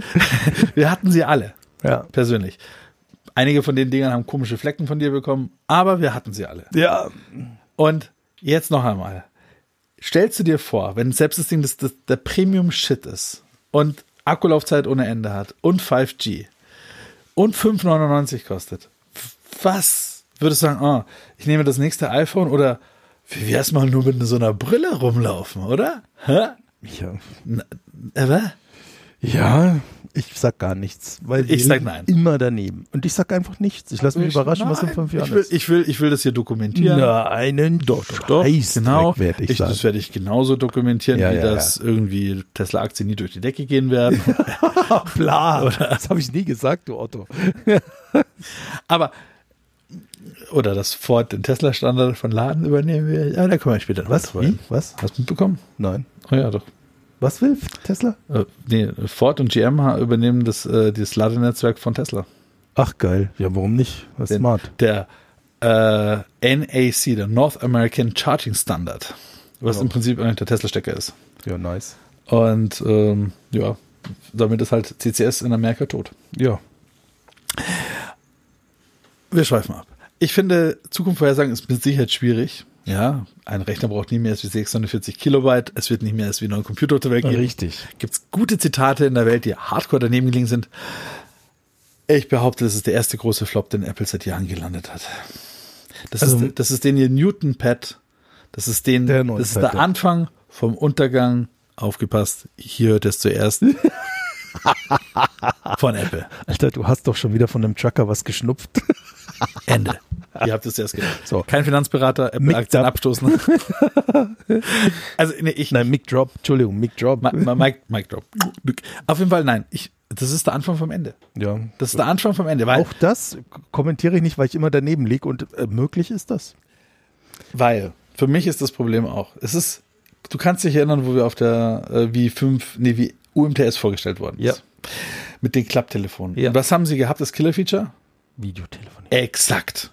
wir hatten sie alle Ja. persönlich. Einige von den Dingern haben komische Flecken von dir bekommen, aber wir hatten sie alle. Ja. Und jetzt noch einmal. Stellst du dir vor, wenn selbst das Ding das, das, der Premium-Shit ist und Akkulaufzeit ohne Ende hat und 5G und 5,99 kostet, was würdest du sagen, ah, ich nehme das nächste iPhone oder wie wär's mal nur mit so einer Brille rumlaufen, oder? Hä? Ja. Äh, was? Ja, ich sag gar nichts, weil wir Ich sag liegen nein. immer daneben. Und ich sag einfach nichts. Ich lasse mich überraschen, was in Nein, fünf Jahren ich will, ist. ich will, ich will das hier dokumentieren. einen doch, Doch, genau. genau. Werd ich ich, sagen. das werde ich genauso dokumentieren, Ja, wie ja, das irgendwie Tesla-Aktien nie durch die Decke gehen werden. bla. Das habe ich nie gesagt, du Otto. Aber oder dass Ford den Tesla-Standard von Laden übernehmen will. Ja, da kommen wir später. Was? drauf Wie? ein. Was? Hast du mitbekommen? Nein. Oh ja, doch. Was will Tesla? Äh, nee, Ford und GM ha- übernehmen das, äh, das Ladenetzwerk von Tesla. Ach geil. Ja, warum nicht? Das ist Den, smart. Der äh, NAC, der North American Charging Standard, was Ja. im Prinzip eigentlich der Tesla-Stecker ist. Ja, nice. Und ähm, ja, damit ist halt CCS in Amerika tot. Ja. Wir schweifen ab. Ich finde, Zukunft vorhersagen ist mit Sicherheit schwierig. Ja, ein Rechner braucht nie mehr als wie 640 Kilobyte. Es wird nicht mehr als wie neun Computer auf der Welt geben. Richtig. Gibt es gute Zitate in der Welt, die hardcore daneben gelegen sind. Ich behaupte, das ist der erste große Flop, den Apple seit Jahren gelandet hat. Das, Also- ist, das ist den hier Newton-Pad. Das ist den, Der neue das ist Pad, der ja. Anfang vom Untergang. Aufgepasst, hier hört es zuerst. Von Apple. Alter, du hast doch schon wieder von dem Trucker was geschnupft. Ende. Ihr habt es erst gedacht. So. Kein Finanzberater, Mic Apple-Aktien drop. abstoßen. also, nee, ich, Nein, Mic Drop. Entschuldigung, Mic Drop. Ma- ma- Mic, Mic Drop. Auf jeden Fall, nein. Ich, das ist der Anfang vom Ende. ja. Das ist der Anfang vom Ende, weil, Auch das kommentiere ich nicht, weil ich immer daneben liege und äh, möglich ist das. weil, für mich ist das Problem auch. Es ist, du kannst dich erinnern, wo wir auf der, äh, wie 5, nee, wie UMTS vorgestellt worden ist. Mit den Klapptelefonen. Ja. Und was haben sie gehabt, das Killer-Feature? Videotelefon. Exakt.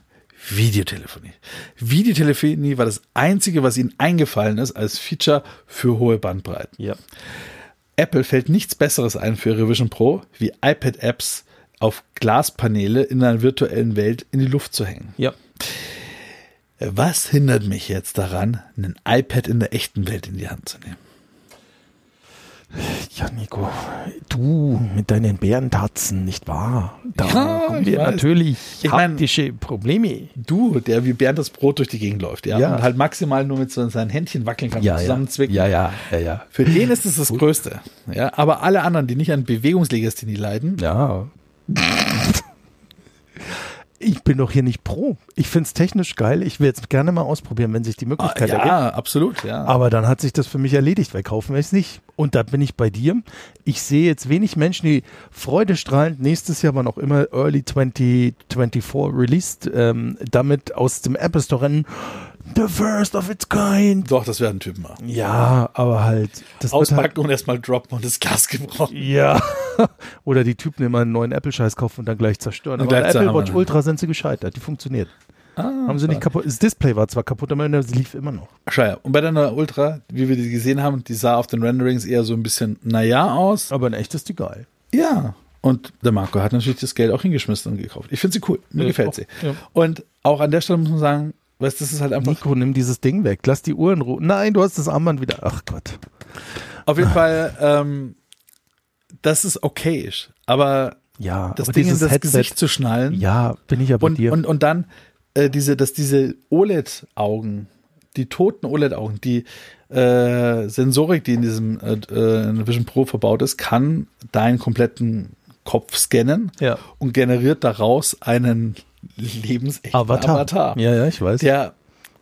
Videotelefonie. Videotelefonie war das einzige, was ihnen eingefallen ist als Feature für hohe Bandbreiten. Ja. Apple fällt nichts Besseres ein für ihre Vision Pro, wie iPad-Apps auf Glaspaneele in einer virtuellen Welt in die Luft zu hängen. Ja. Was hindert mich jetzt daran, einen iPad in der echten Welt in die Hand zu nehmen? Ja, Nico, du mit deinen Bärentatzen, nicht wahr? Da Ja, haben ich wir weiß. natürlich Ich mein- haptische Probleme. Du, der wie Bernd das Brot durch die Gegend läuft, ja, Ja. und halt maximal nur mit so seinen Händchen wackeln kann, und zusammenzwicken. ja, ja, ja, ja. Für den ist es das Größte. Ja, aber alle anderen, die nicht an Bewegungslegasthenie leiden, Ja. Ich bin doch hier nicht pro. Ich finde es technisch geil. Ich will jetzt gerne mal ausprobieren, wenn sich die Möglichkeit ergibt. Ah, ja, absolut, ja. Aber dann hat sich das für mich erledigt, weil kaufen wir es nicht. Und da bin ich bei dir. Ich sehe jetzt wenig Menschen, die freudestrahlend nächstes Jahr, wann auch immer, Early 2024 released, ähm, damit aus dem Apple Store rennen. The first of its kind. Doch, das werden Typen machen. Ja, aber halt. Das wird halt Auspacken und erstmal droppen und das Gas gebrauchen. ja. Oder die Typen immer einen neuen Apple-Scheiß kaufen und dann gleich zerstören. Ah, Und Aber an gleich der Apple zerstören. Watch Ultra sind sie gescheitert. Die funktioniert. Haben sie nicht kaputt. Das Display war zwar kaputt, aber das lief immer noch. Scheiße. Und bei deiner Ultra, wie wir die gesehen haben, die sah auf den Renderings eher so ein bisschen naja aus. Aber ein echtes Degal. Ja. Und der Marco hat natürlich das Geld auch hingeschmissen und gekauft. Ich finde sie cool. Mir Ja, gefällt auch, sie. ja. Und auch an der Stelle muss man sagen, weißt du, das ist halt einfach. Nico, nimm dieses Ding weg. Lass die Uhr in Ruhe. Nein, du hast das Armband wieder. Ach Gott. Auf jeden Fall, ähm, das ist okayisch. Aber Ja, das aber Ding in das Gesicht zu schnallen. Ja, bin ich ja bei Und, dir. und, und dann äh, diese, dass diese OLED-Augen, die toten OLED-Augen, die äh, Sensorik, die in diesem äh, äh, Vision Pro verbaut ist, kann deinen kompletten Kopf scannen Ja. und generiert daraus einen lebensechten Avatar. Ja, ja, ich weiß. Der,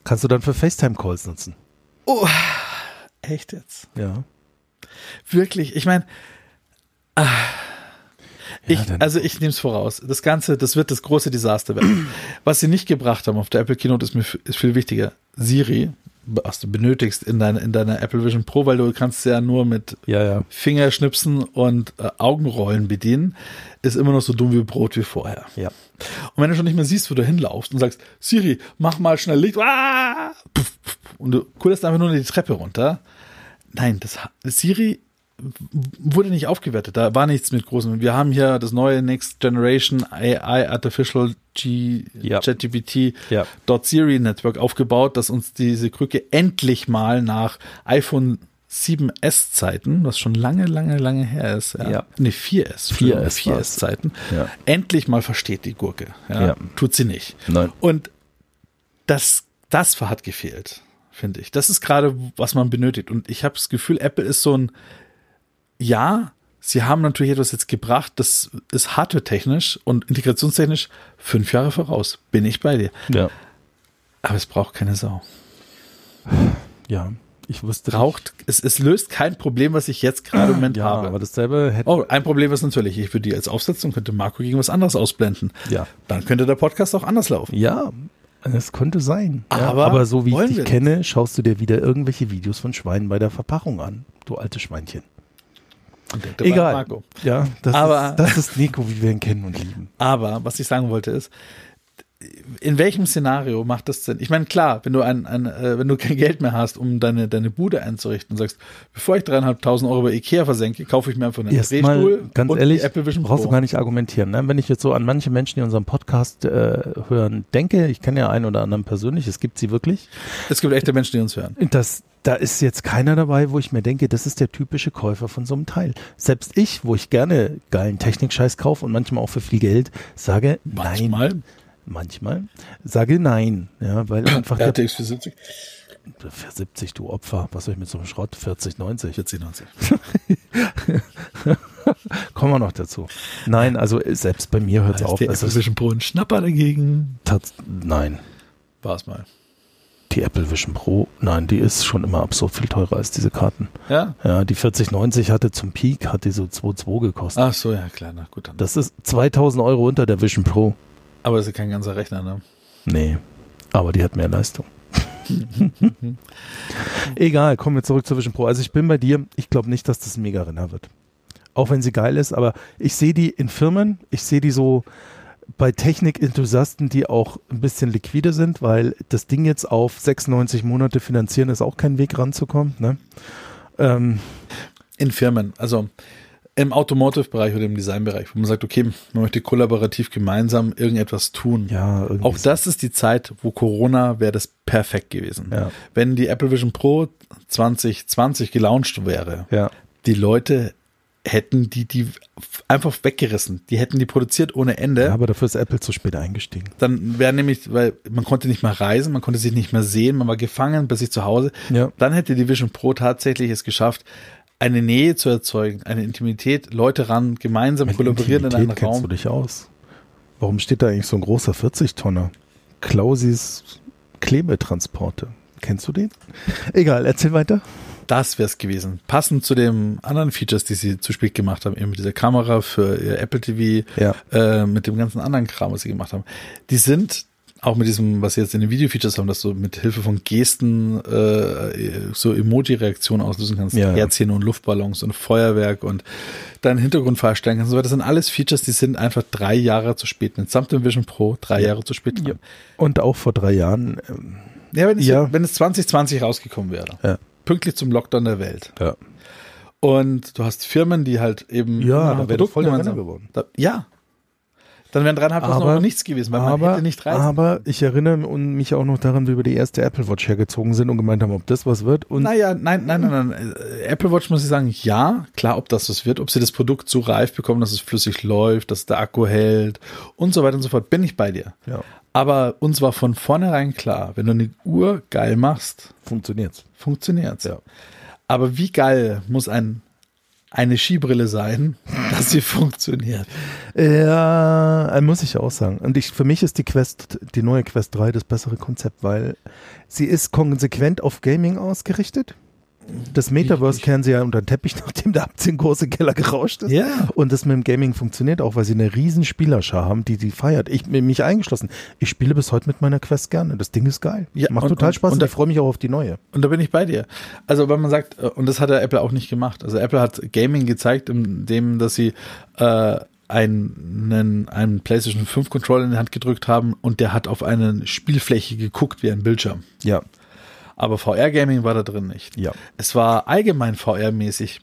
Kannst du dann für FaceTime-Calls nutzen. echt jetzt, Ja. wirklich, ich meine, Ich, ja, dann- also ich nehme es voraus. Das Ganze, das wird das große Desaster werden. Was sie nicht gebracht haben auf der Apple Keynote ist mir f- ist viel wichtiger. Siri, was du benötigst in deiner in deiner Apple Vision Pro, weil du kannst sie ja nur mit ja, ja. Fingerschnipsen und äh, Augenrollen bedienen, ist immer noch so dumm wie Brot wie vorher. Ja. Und wenn du schon nicht mehr siehst, wo du hinlaufst und sagst, Siri, mach mal schnell Licht, ah! Puff, puff. und du kullerst einfach nur die Treppe runter. Nein, das ha- Siri w- wurde nicht aufgewertet, da war nichts mit großem. Wir haben hier das neue Next Generation AI Artificial G Ja. ChatGPT Ja. Dot Siri Network aufgebaut, dass uns diese Krücke endlich mal nach iPhone 7S Zeiten, was schon lange, lange, lange her ist, Ja. nee, 4S, 4S 4S Zeiten, Ja. endlich mal versteht die Gurke. Ja, Ja. Tut sie nicht. Nein. Und das, das hat gefehlt, finde ich. Das ist gerade, was man benötigt. Und ich habe das Gefühl, Apple ist so ein, ja, sie haben natürlich etwas jetzt gebracht, das ist hardware-technisch und integrationstechnisch fünf Jahre voraus. Bin ich bei dir. Ja. Aber es braucht keine Sau. Ja. Ich wusste. Braucht, es, es löst kein Problem, was ich jetzt gerade im Moment ja, habe. aber dasselbe hätte. Oh, ein Problem ist natürlich, ich würde die als Aufsetzung könnte Marco gegen was anderes ausblenden. Ja. Dann könnte der Podcast auch anders laufen. Ja, es könnte sein. Ja, Aber aber so wie ich wollen dich wir das? kenne, schaust du dir wieder irgendwelche Videos von Schweinen bei der Verpackung an. Du altes Schweinchen. Und denkt dabei an Egal. Marco. Ja, das, Aber- ist, das ist Nico, wie wir ihn kennen und lieben. Aber was ich sagen wollte ist, in welchem Szenario macht das Sinn? Ich meine, klar, wenn du ein, ein äh, wenn du kein Geld mehr hast, um deine, deine Bude einzurichten und sagst, bevor ich dreieinhalbtausend Euro bei Ikea versenke, kaufe ich mir einfach einen Erstmal, Drehstuhl ganz und ehrlich, die Apple Vision brauchst Pro. du gar nicht argumentieren. Ne? Wenn ich jetzt so an manche Menschen, die unseren Podcast äh, hören, denke, ich kenne ja einen oder anderen persönlich, es gibt sie wirklich. es gibt echte Menschen, die uns hören. Das, da ist jetzt keiner dabei, wo ich mir denke, das ist der typische Käufer von so einem Teil. Selbst ich, wo ich gerne geilen Technikscheiß kaufe und manchmal auch für viel Geld, sage, nein, Manchmal. manchmal sage nein, ja, weil einfach der RTX 470. für 70 du Opfer, was soll ich mit so einem Schrott 40 90. 4090. Kommen wir noch dazu. Nein, also äh, selbst bei mir hört es Ist auf. die Es Apple ist Vision Pro ein Schnapper dagegen? tats- nein, War's mal. die Apple Vision Pro, nein, die ist schon immer absurd viel teurer als diese Karten. Ja? Ja, die 4090 hatte zum Peak hat die so 2,2 gekostet. Ach so, ja, klar, na gut. Dann. Das ist 2000 Euro unter der Vision Pro. Aber es ist kein ganzer Rechner, ne? Nee, aber die hat mehr Leistung. Egal, kommen wir zurück zur Vision Pro. Also ich bin bei dir, ich glaube nicht, dass das ein Mega-Renner wird. Auch wenn sie geil ist, aber ich sehe die in Firmen, ich sehe die so bei Technik-Enthusiasten, die auch ein bisschen liquide sind, weil das Ding jetzt auf 96 Monate finanzieren ist auch kein Weg ranzukommen. Ne? Ähm, In Firmen, also im Automotive-Bereich oder im Design-Bereich, wo man sagt, okay, man möchte kollaborativ gemeinsam irgendetwas tun. ja, irgendwie Auch das ist die Zeit, wo Corona wäre das perfekt gewesen. Ja. Wenn die Apple Vision Pro 2020 gelauncht wäre, Ja, die Leute hätten die die einfach weggerissen. Die hätten die produziert ohne Ende. Ja, aber dafür ist Apple zu spät eingestiegen. Dann wäre nämlich, weil man konnte nicht mehr reisen, man konnte sich nicht mehr sehen, man war gefangen bei sich zu Hause. Ja. Dann hätte die Vision Pro tatsächlich es geschafft, eine Nähe zu erzeugen, eine Intimität, Leute ran, gemeinsam kollaborieren in einem Intimität kennst Raum. du dich aus. Warum steht da eigentlich so ein großer 40-Tonner? Klausis Klebetransporte. Kennst du den? Egal, erzähl weiter. Das wäre es gewesen. Passend zu den anderen Features, die sie zu spät gemacht haben, eben mit dieser Kamera für ihr Apple TV, Ja. äh, mit dem ganzen anderen Kram, was sie gemacht haben. Die sind auch mit diesem, was sie jetzt in den Video-Features haben, dass du mit Hilfe von Gesten äh, so Emoji-Reaktionen auslösen kannst, Ja, ja. Herzchen und Luftballons und Feuerwerk und deinen Hintergrund verstellen kannst und so weiter. Das sind alles Features, die sind einfach drei Jahre zu spät. Mitsamt dem Vision Pro drei Jahre zu spät. dran. Und auch vor drei Jahren. Ähm, Ja, wenn es, Ja. wenn es 2020 rausgekommen wäre. Ja. Pünktlich zum Lockdown der Welt. ja. Und du hast Firmen, die halt eben immer Ja, da ein wäre Produkt voll der gemeinsam- Renner geworden. Da, ja. Dann wären dreieinhalb Wochen Aber- noch nichts gewesen, weil man Aber, hätte nicht reisen. aber ich erinnere mich auch noch daran, wie wir die erste Apple Watch hergezogen sind und gemeint haben, ob das was wird. Und Naja, nein, nein, nein, nein. Äh, Apple Watch muss ich sagen, ja, klar, ob das was wird, ob sie das Produkt so reif bekommen, dass es flüssig läuft, dass der Akku hält und so weiter und so fort, bin ich bei dir. ja, Aber uns war von vornherein klar, wenn du eine Uhr geil machst, funktioniert's. funktioniert's. Ja. Aber wie geil muss ein, eine Skibrille sein, dass sie funktioniert? Ja, äh, muss ich auch sagen. Und ich, für mich ist die Quest, die neue Quest 3 das bessere Konzept, weil sie ist konsequent auf Gaming ausgerichtet. Das Metaverse kehren sie ja unter den Teppich, nachdem der Aktienkurs im Keller gerauscht ist. Ja. Und das mit dem Gaming funktioniert auch, weil sie eine riesen Spielerschar haben, die die feiert. Ich mich eingeschlossen. Ich spiele bis heute mit meiner Quest gerne. Das Ding ist geil. Ja, Macht und- total und- Spaß und und, da- ich freue mich auch auf die neue. Und da bin ich bei dir. Also, wenn man sagt, äh, und das hat ja Apple auch nicht gemacht. Also, Apple hat Gaming gezeigt, indem, dass sie äh, einen, einen PlayStation 5 Controller in die Hand gedrückt haben und der hat auf eine Spielfläche geguckt wie ein Bildschirm. Ja, Aber VR-Gaming war da drin nicht. Ja. Es war allgemein VR-mäßig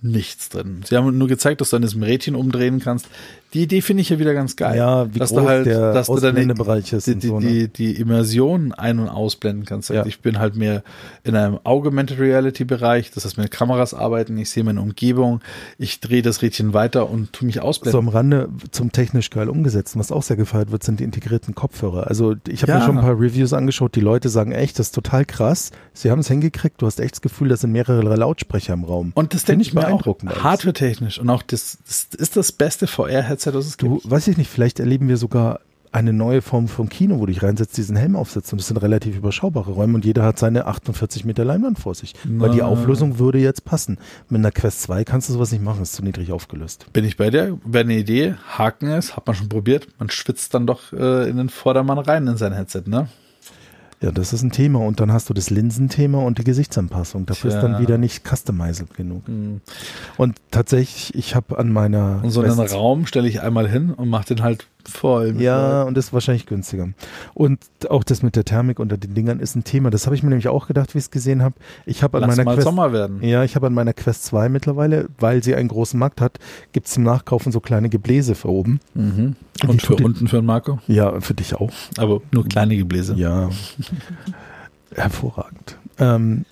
nichts drin. Sie haben nur gezeigt, dass du an diesem Rädchen umdrehen kannst. Die Idee finde ich ja wieder ganz geil. Ja, wie dass groß du halt, der dass du deine, Ausländebereich ist die, und die, so, ne? die, die Immersion ein- und ausblenden kannst. Ja. Ich bin halt mehr in einem Augmented Reality-Bereich, das heißt mit Kameras arbeiten, ich sehe meine Umgebung, ich drehe das Rädchen weiter und tu mich so ausblenden. am Rande zum technisch geil umgesetzten, was auch sehr gefeiert wird, sind die integrierten Kopfhörer. Also ich habe Ja. mir schon ein paar Reviews angeschaut, die Leute sagen echt, das ist total krass. Sie haben es hingekriegt, du hast echt das Gefühl, das sind mehrere Lautsprecher im Raum. Und das Finde denke ich ich mir auch beeindruckend alles. hardware-technisch und auch das, das ist das beste VR-Headset, das es gibt. du, weiß ich nicht, vielleicht erleben wir sogar eine neue Form vom Kino, wo du dich reinsetzt, diesen Helm aufsetzt und das sind relativ überschaubare Räume und jeder hat seine 48 Meter Leinwand vor sich, weil die Na. Auflösung würde jetzt passen. Mit einer Quest 2 kannst du sowas nicht machen, ist zu niedrig aufgelöst. Bin ich bei dir? Wäre eine Idee. Haken ist, hat man schon probiert. Man schwitzt dann doch äh, in den Vordermann rein in sein Headset, ne? Ja, das ist ein Thema. Und dann hast du das Linsenthema und die Gesichtsanpassung. Dafür ist Tja. dann wieder nicht customized genug. Und tatsächlich, ich habe an meiner. Und Mhm. so einen Quest- Raum stelle ich einmal hin und mache den halt voll. mit Ja, und das ist wahrscheinlich günstiger. Und auch das mit der Thermik unter den Dingern ist ein Thema. Das habe ich mir nämlich auch gedacht, wie ich es gesehen habe. Ich habe an Lass meiner mal Quest. Sommer werden. Ja, ich habe an meiner Quest 2 mittlerweile, weil sie einen großen Markt hat, gibt's zum Nachkaufen so kleine Gebläse für oben. Mhm. Die Und für tut die- unten für den Marco. Ja, für dich auch. Aber nur kleine Gebläse. Ja. Hervorragend. Ähm,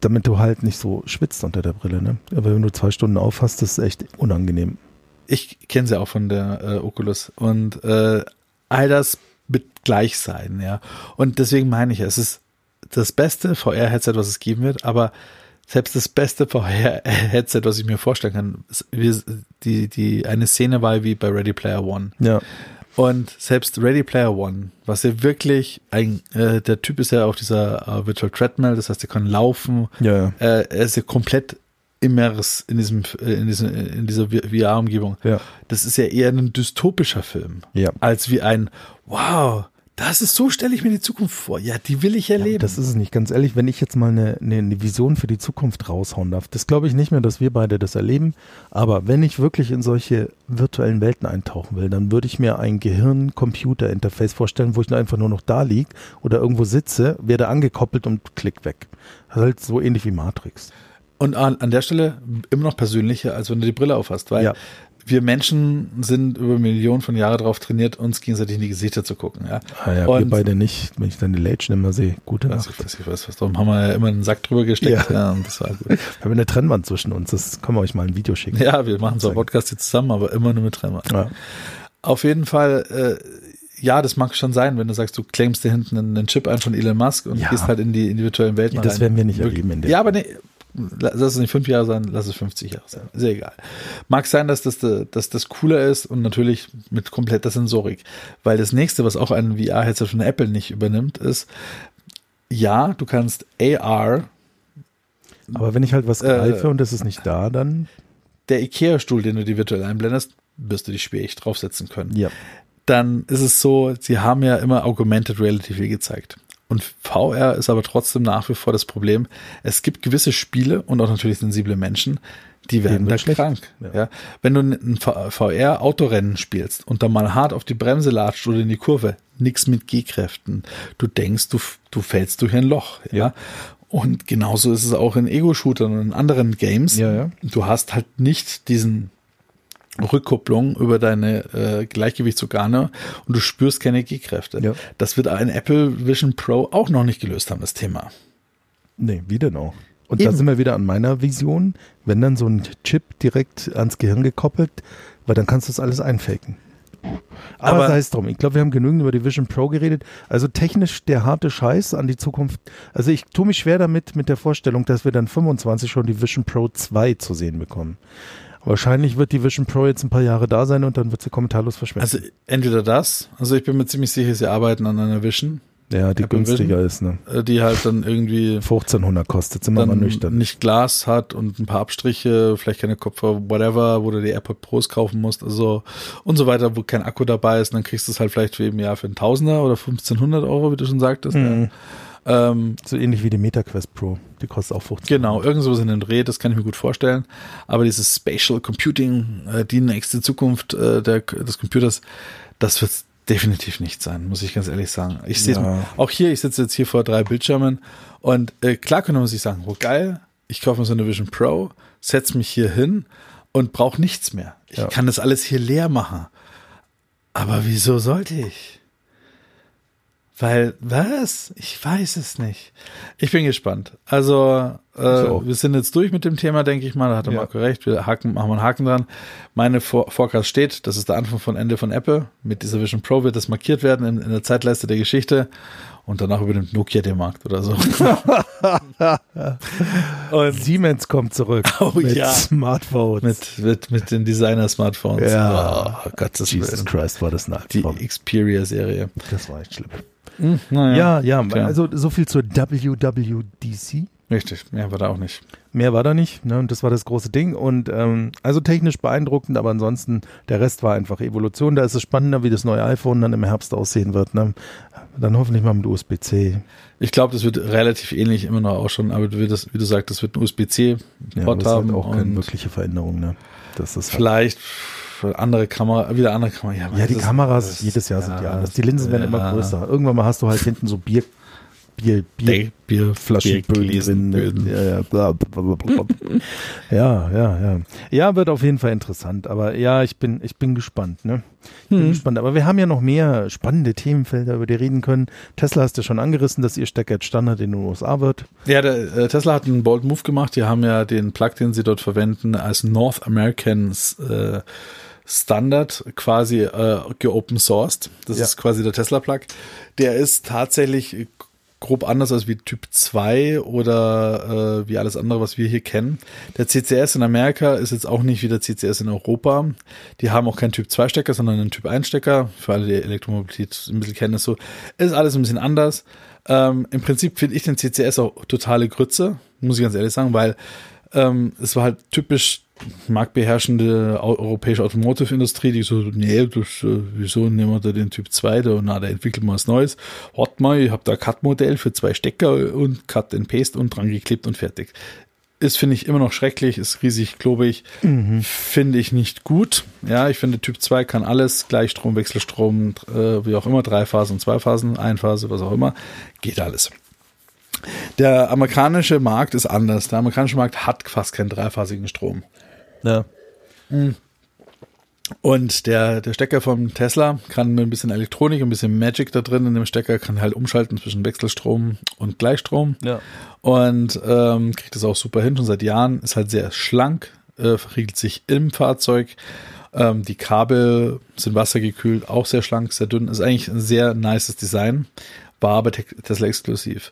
damit du halt nicht so schwitzt unter der Brille, ne? Aber wenn du zwei Stunden auf hast, das ist echt unangenehm. Ich kenne sie auch von der äh, Oculus. Und äh, all das wird gleich sein, ja. Und deswegen meine ich, es ist das beste VR-Headset, was es geben wird, aber selbst das beste VR-Headset, was ich mir vorstellen kann, ist- wir, die, die, eine Szene war wie bei Ready Player One. Ja. Und selbst Ready Player One, was ja wirklich ein, äh, der Typ ist ja auf dieser äh, Virtual Treadmill, das heißt, er kann laufen, Ja, ja. äh, er ist ja komplett immers in diesem, äh, in diesem, in dieser VR-Umgebung. Ja. Das ist ja eher ein dystopischer Film. Ja. Als wie ein, wow, das ist so, stelle ich mir die Zukunft vor. Ja, die will ich erleben. Ja, das ist es nicht. Ganz ehrlich, wenn ich jetzt mal eine, eine, eine Vision für die Zukunft raushauen darf, das glaube ich nicht mehr, dass wir beide das erleben. Aber wenn ich wirklich in solche virtuellen Welten eintauchen will, dann würde ich mir ein Gehirn-Computer-Interface vorstellen, wo ich nur einfach nur noch da lieg oder irgendwo sitze, werde angekoppelt und klick weg. Halt so ähnlich wie Matrix. Und an, an der Stelle immer noch persönlicher, als wenn du die Brille aufhast, weil Ja. wir Menschen sind über Millionen von Jahren darauf trainiert, uns gegenseitig in die Gesichter zu gucken. Ja? Ah ja, wir Und- beide nicht, wenn ich deine Lädchen immer sehe. Gute Also, Nacht. ich weiß, ich weiß, was darum haben wir ja immer einen Sack drüber gesteckt. Ja. und das war gut. Wir haben eine Trennwand zwischen uns, das können wir euch mal ein Video schicken. Ja, wir machen zwar Podcasts jetzt zusammen, aber immer nur mit Tremor. Ja. Auf jeden Fall, äh, ja, das mag schon sein, wenn du sagst, du claimst dir hinten einen, einen Chip ein von Elon Musk und Ja. gehst halt in die, in die virtuellen Welten. Das werden wir nicht erleben in der Ja, aber nee, lass es nicht fünf Jahre sein, lass es 50 Jahre sein. Ist ja egal. Mag sein, dass das, äh, dass das cooler ist und natürlich mit kompletter Sensorik. Weil das nächste, was auch ein VR-Headset von Apple nicht übernimmt, ist, ja, du kannst AR, Aber wenn ich halt was Äh, greife und es ist nicht da, dann der IKEA-Stuhl, den du dir virtuell einblendest, wirst du dich schwierig draufsetzen können. ja. dann ist es so, sie haben ja immer Augmented Reality viel gezeigt. Und VR ist aber trotzdem nach wie vor das Problem. Es gibt gewisse Spiele und auch natürlich sensible Menschen, die werden Denen da wird schlecht. krank. Ja. Wenn du ein VR-Autorennen spielst und da mal hart auf die Bremse latscht oder in die Kurve, nix mit G-Kräften. Du denkst, du, f- du fällst durch ein Loch. Ja. Und genauso ist es auch in Ego-Shootern und in anderen Games. Ja, ja. Du hast halt nicht diesen Rückkopplung über deine äh, Gleichgewichtsorgane und du spürst keine G-Kräfte. Ja. Das wird ein Apple Vision Pro auch noch nicht gelöst haben, das Thema. Nee, wie denn auch? Und da Eben. sind wir wieder an meiner Vision, wenn dann so ein Chip direkt ans Gehirn gekoppelt, weil dann kannst du das alles einfaken. Aber, Aber- sei es drum. Ich glaube, wir haben genügend über die Vision Pro geredet. Also technisch der harte Scheiß an die Zukunft. Also ich tue mich schwer damit, mit der Vorstellung, dass wir dann 25 schon die Vision Pro 2 zu sehen bekommen. Wahrscheinlich wird die Vision Pro jetzt ein paar Jahre da sein und dann wird sie kommentarlos verschwinden. Also entweder das, also ich bin mir ziemlich sicher, sie arbeiten an einer Vision, ja, die Apple günstiger ist, ne? äh, die halt dann irgendwie 1500 kostet, sind wir mal dann nüchtern. nicht Glas hat und ein paar Abstriche, vielleicht keine Kopfhörer, whatever, wo du die AirPod Pros kaufen musst, also und so weiter, wo kein Akku dabei ist, dann kriegst du es halt vielleicht für im Jahr für einen Tausender oder 1500 Euro, wie du schon sagtest. Mhm. Ja. Ähm, So ähnlich wie die MetaQuest Pro. Die kostet auch 15. Genau, irgend sowas in den Dreh, das kann ich mir gut vorstellen. Aber dieses Spatial Computing, äh, die nächste Zukunft äh, der, des Computers, das wird definitiv nicht sein, muss ich ganz ehrlich sagen. Ich sehe Ja. auch hier, ich sitze jetzt hier vor drei Bildschirmen und äh, klar könnte man sich sagen, oh geil, ich kaufe mir so eine Vision Pro, setze mich hier hin und brauche nichts mehr. Ich Ja. kann das alles hier leer machen. Aber wieso sollte ich? Weil, was? Ich weiß es nicht. Ich bin gespannt. Also, äh, auch. wir sind jetzt durch mit dem Thema, denke ich mal. Da hatte Ja. Marco recht. Wir haken, machen wir einen Haken dran. Meine Vor Forecast steht, das ist der Anfang von Ende von Apple. Mit dieser Vision Pro wird das markiert werden in, in der Zeitleiste der Geschichte. Und danach übernimmt Nokia den Markt oder so. Und Siemens kommt zurück Oh, mit ja. Smartphones. mit, mit, mit den Designer-Smartphones. Ja. Oh, Gottes Jesus Willen. Christ war das ein Die Albtraum. Xperia-Serie. Das war echt schlimm. Naja. Ja, ja, klar. Mhm, also so viel zur WWDC. Richtig. Mehr war da auch nicht. Mehr war da nicht, ne? Und das war das große Ding. Und ähm, also technisch beeindruckend, aber ansonsten, der Rest war einfach Evolution. Da ist es spannender, wie das neue iPhone dann im Herbst aussehen wird. Ne? Dann hoffentlich mal mit USB-C. Ich glaube, das wird relativ ähnlich immer noch ausschauen, aber wie, das, wie du sagst, das wird ein Ja, aber USB-C-Port das ist halt haben auch keine und wirkliche Veränderung, ne? Das ist halt vielleicht andere Kamera, wieder andere Kamera. man Ja, die weiß es- Kameras das- jedes Jahr sind die ja, anders. Die Linsen werden ja. immer größer. Irgendwann mal hast du halt hinten so Bier, Bier, Bier, Bier, Bier, Flaschenböden drin. Biergläsen. Ja, ja, bla, bla, bla, bla. ja, ja, ja. Ja, wird auf jeden Fall interessant. Aber ja, ich bin, ich bin gespannt. Ne? Ich bin gespannt. Aber wir haben ja noch mehr spannende Themenfelder, über die reden können. Tesla hast du schon angerissen, dass ihr Stecker jetzt Standard in den USA wird. Ja, der äh, Tesla hat einen Bold Move gemacht. Die haben ja den Plug, den sie dort verwenden, als North American äh, Standard quasi äh, geopen sourced. Das Ja. ist quasi der Tesla Plug. Der ist tatsächlich äh, grob anders als wie Typ 2 oder äh, wie alles andere, was wir hier kennen. Der CCS in Amerika ist jetzt auch nicht wie der CCS in Europa. Die haben auch keinen Typ 2 Stecker, sondern einen Typ 1 Stecker. Für alle, die Elektromobilität ein bisschen kennen, ist so. Ist alles ein bisschen anders. Ähm, Im Prinzip finde ich den CCS auch totale Grütze, muss ich ganz ehrlich sagen, weil ähm, es war halt typisch marktbeherrschende au- europäische Automotive-Industrie, die so, nee, das, äh, wieso nehmen wir da den Typ 2 da und na, da entwickeln wir was Neues. Wart mal, ich habe da ein Cut-Modell für zwei Stecker und Cut and Paste und dran geklebt und fertig. Ist, finde ich, immer noch schrecklich, ist riesig klobig, finde ich nicht gut. Ja, ich finde, Typ 2 kann alles, Gleichstrom, Wechselstrom, äh, wie auch immer, drei Phasen, zwei Phasen, Einphase, was auch immer, geht alles. Der amerikanische Markt ist anders. Der amerikanische Markt hat fast keinen dreiphasigen Strom. Ja. Und der, der Stecker vom Tesla kann mit ein bisschen Elektronik, ein bisschen Magic da drin in dem Stecker, kann halt umschalten zwischen Wechselstrom und Gleichstrom. Ja. Und ähm, kriegt das auch super hin, schon seit Jahren. Ist halt sehr schlank, äh, verriegelt sich im Fahrzeug. Ähm, die Kabel sind wassergekühlt, auch sehr schlank, sehr dünn. Ist eigentlich ein sehr nices Design, war aber Te- Tesla exklusiv.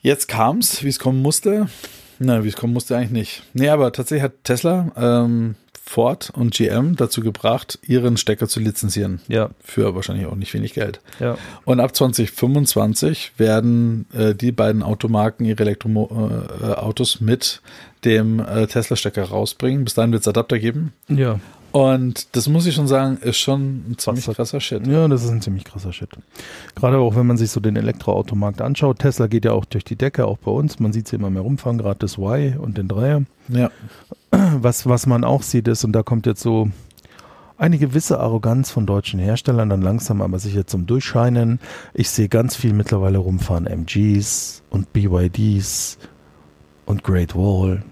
Jetzt kam's, wie es kommen musste. Nein, wie es kommen musste eigentlich nicht. Nee, aber tatsächlich hat Tesla, ähm, Ford und GM dazu gebracht, ihren Stecker zu lizenzieren. Ja, Für wahrscheinlich auch nicht wenig Geld. ja. Und ab 2025 werden äh, die beiden Automarken ihre Elektromo äh, äh, Autos mit dem äh, Tesla-Stecker rausbringen. Bis dahin wird es Adapter geben. Ja. Und das muss ich schon sagen, ist schon ein ziemlich Krasser- krasser Shit. Ja, das ist ein ziemlich krasser Shit. Gerade auch, wenn man sich so den Elektroautomarkt anschaut. Tesla geht ja auch durch die Decke, auch bei uns. Man sieht sie immer mehr rumfahren, gerade das Y und den Dreier. Ja. Was, was man auch sieht ist, und da kommt jetzt so eine gewisse Arroganz von deutschen Herstellern dann langsam aber sicher zum Durchscheinen. Ich sehe ganz viel mittlerweile rumfahren MGs und BYDs und Great Wall.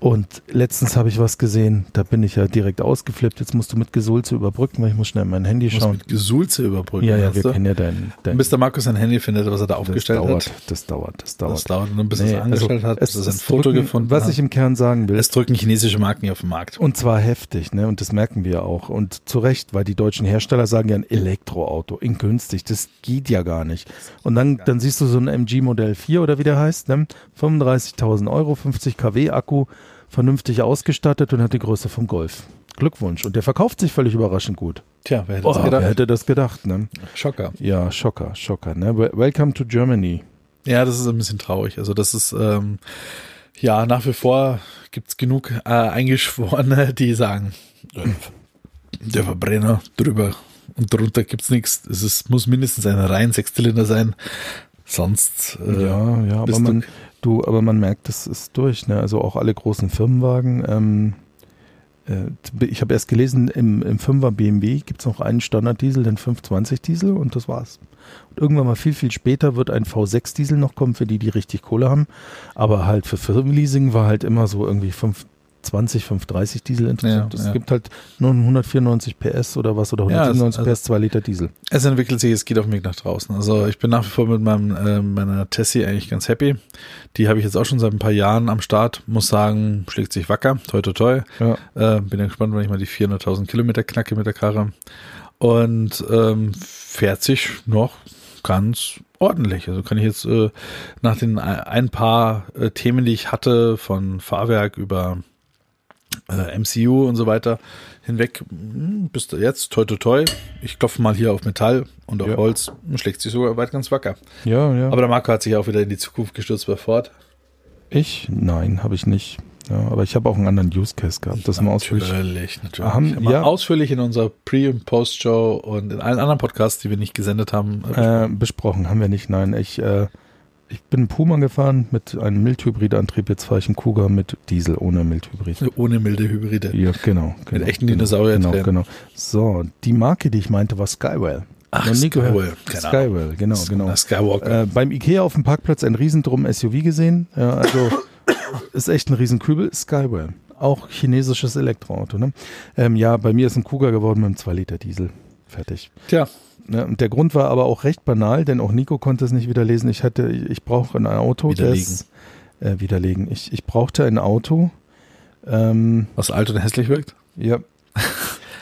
Und letztens habe ich was gesehen, da bin ich ja direkt ausgeflippt. Jetzt musst du mit Gesulze überbrücken, weil ich muss schnell mein Handy Muss schauen. mit Gesulze überbrücken. Ja, ja, weißt wir du? kennen ja dein, dein Bis der Markus sein Handy findet, was er da aufgestellt das dauert, hat. Das dauert, das dauert. Das dauert noch ein bisschen, Nee, bis er es angestellt also hat, bis es- er ein es Foto drücken, gefunden Was hat. ich im Kern sagen will, Es drücken chinesische Marken hier auf dem Markt. und zwar heftig, ne? Und das merken wir auch. Und zu Recht, weil die deutschen Hersteller sagen ja ein Elektroauto, in günstig, das geht ja gar nicht. Und dann, dann siehst du so ein MG Modell 4 oder wie der heißt, ne? 35.000 Euro, 50 kW Akku, vernünftig ausgestattet und hat die Größe vom Golf. Glückwunsch. Und der verkauft sich völlig überraschend gut. Tja, wer hätte Oh, das wer gedacht? hätte das gedacht, ne? Schocker. Ja, Schocker, Schocker, ne? Wel- Welcome to Germany. Ja, das ist ein bisschen traurig. Also das ist ähm, ja nach wie vor gibt's genug äh, Eingeschworene, die sagen, äh, der Verbrenner drüber und drunter gibt's nichts. Es ist, muss mindestens ein rein Sechszylinder sein, sonst äh, Ja, ja, aber bist du- man, du, aber man merkt, das ist durch. Ne? Also auch alle großen Firmenwagen. Ähm, äh, ich habe erst gelesen, im, im 5er BMW gibt es noch einen Standarddiesel, den 520 Diesel und das war's. Und irgendwann mal viel, viel später wird ein V6 Diesel noch kommen, für die, die richtig Kohle haben. Aber halt für Firmenleasing war halt immer so irgendwie 520, 530 Diesel interessant. Ja, es ja. gibt halt nur einen 194 PS oder was oder Ja, das- 197 also- PS, 2 Liter Diesel. es entwickelt sich, es geht auf dem Weg nach draußen. Also ich bin nach wie vor mit meinem, äh, meiner Tessie eigentlich ganz happy. Die habe ich jetzt auch schon seit ein paar Jahren am Start. Muss sagen, schlägt sich wacker. Toi, toi, toi. Ja. Äh, bin ja gespannt, wenn ich mal die 400.000 Kilometer knacke mit der Karre. Und ähm, fährt sich noch ganz ordentlich. Also kann ich jetzt äh, nach den ein- ein paar äh, Themen, die ich hatte, von Fahrwerk über äh, MCU und so weiter hinweg, mh, bis jetzt, toi toi toi, ich klopfe mal hier auf Metall und auf Ja. Holz, schlägt sich sogar weit ganz wacker. Ja, ja. Aber der Marco hat sich auch wieder in die Zukunft gestürzt bei Ford. Ich? Nein, habe ich nicht. Ja, aber ich habe auch einen anderen Use Case gehabt. Das mal ausführlich. Natürlich, natürlich. Haben- Haben wir ja. ausführlich in unserer Pre- und Post-Show und in allen anderen Podcasts, die wir nicht gesendet haben. Äh, besprochen haben wir nicht. Nein, ich, äh, ich bin Puma gefahren mit einem Mildhybridantrieb. Jetzt fahre ich einen Kuga mit Diesel ohne Mildhybrid. äh, ohne milde Hybride. Ja, genau. genau echten genau, Dinosauriern Genau, drin. genau. So, die Marke, die ich meinte, war Skywell. Ach, Noch nie gehört. Skywell, keine Skywell, genau, genau. Na, Skywalker. Äh, beim Ikea auf dem Parkplatz ein riesendrum SUV gesehen. Ja, also ist echt ein Riesenkübel. Skywell. Auch chinesisches Elektroauto. Ne? Ähm, ja, bei mir ist ein Kuga geworden mit einem 2-Liter-Diesel. Fertig. Tja, Ne? Und der Grund war aber auch recht banal, denn auch Nico konnte es nicht widerlesen. Ich hatte, ich brauche ein Auto, das äh, widerlegen. Ich, ich brauchte ein Auto, ähm, was alt und hässlich wirkt. ja,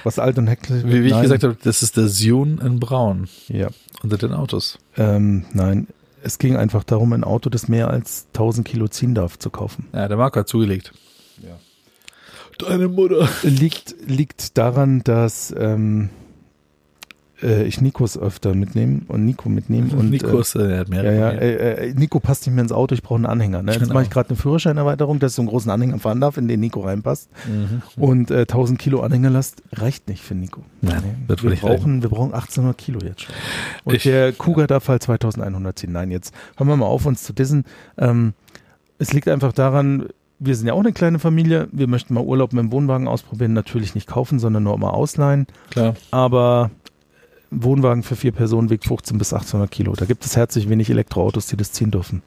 was alt und hecklich. Wie, wie ich Nein. gesagt habe, das ist der Sion in Braun ja. unter den Autos. Ähm, nein, es ging einfach darum, ein Auto, das mehr als 1000 Kilo ziehen darf, zu kaufen. Ja, der Marco hat zugelegt. Deine Mutter. Liegt, liegt daran, dass ähm, äh, ich Nikos öfter mitnehme und Nico mitnehme. Und, Nikos, äh, er hat Äh, mehrere. ja, ja, äh, äh, Nico passt nicht mehr ins Auto, ich brauche einen Anhänger. Ne? Jetzt Genau. mache ich gerade eine Führerscheinerweiterung, dass ich so einen großen Anhänger fahren darf, in den Nico reinpasst. Mhm. Und äh, 1000 Kilo Anhängerlast reicht nicht für Nico. Nein, wird wohl wir, nicht reichen. brauchen, wir brauchen 1800 Kilo jetzt schon. Und Ich- der Kuga darf halt 2100 ziehen. Nein, jetzt hören wir mal auf, uns zu dissen. Ähm, es liegt einfach daran, wir sind ja auch eine kleine Familie. Wir möchten mal Urlaub mit dem Wohnwagen ausprobieren. Natürlich nicht kaufen, sondern nur mal ausleihen. Klar. Aber Wohnwagen für vier Personen wiegt 15 bis 1800 Kilo. Da gibt es herzlich wenig Elektroautos, die das ziehen dürfen.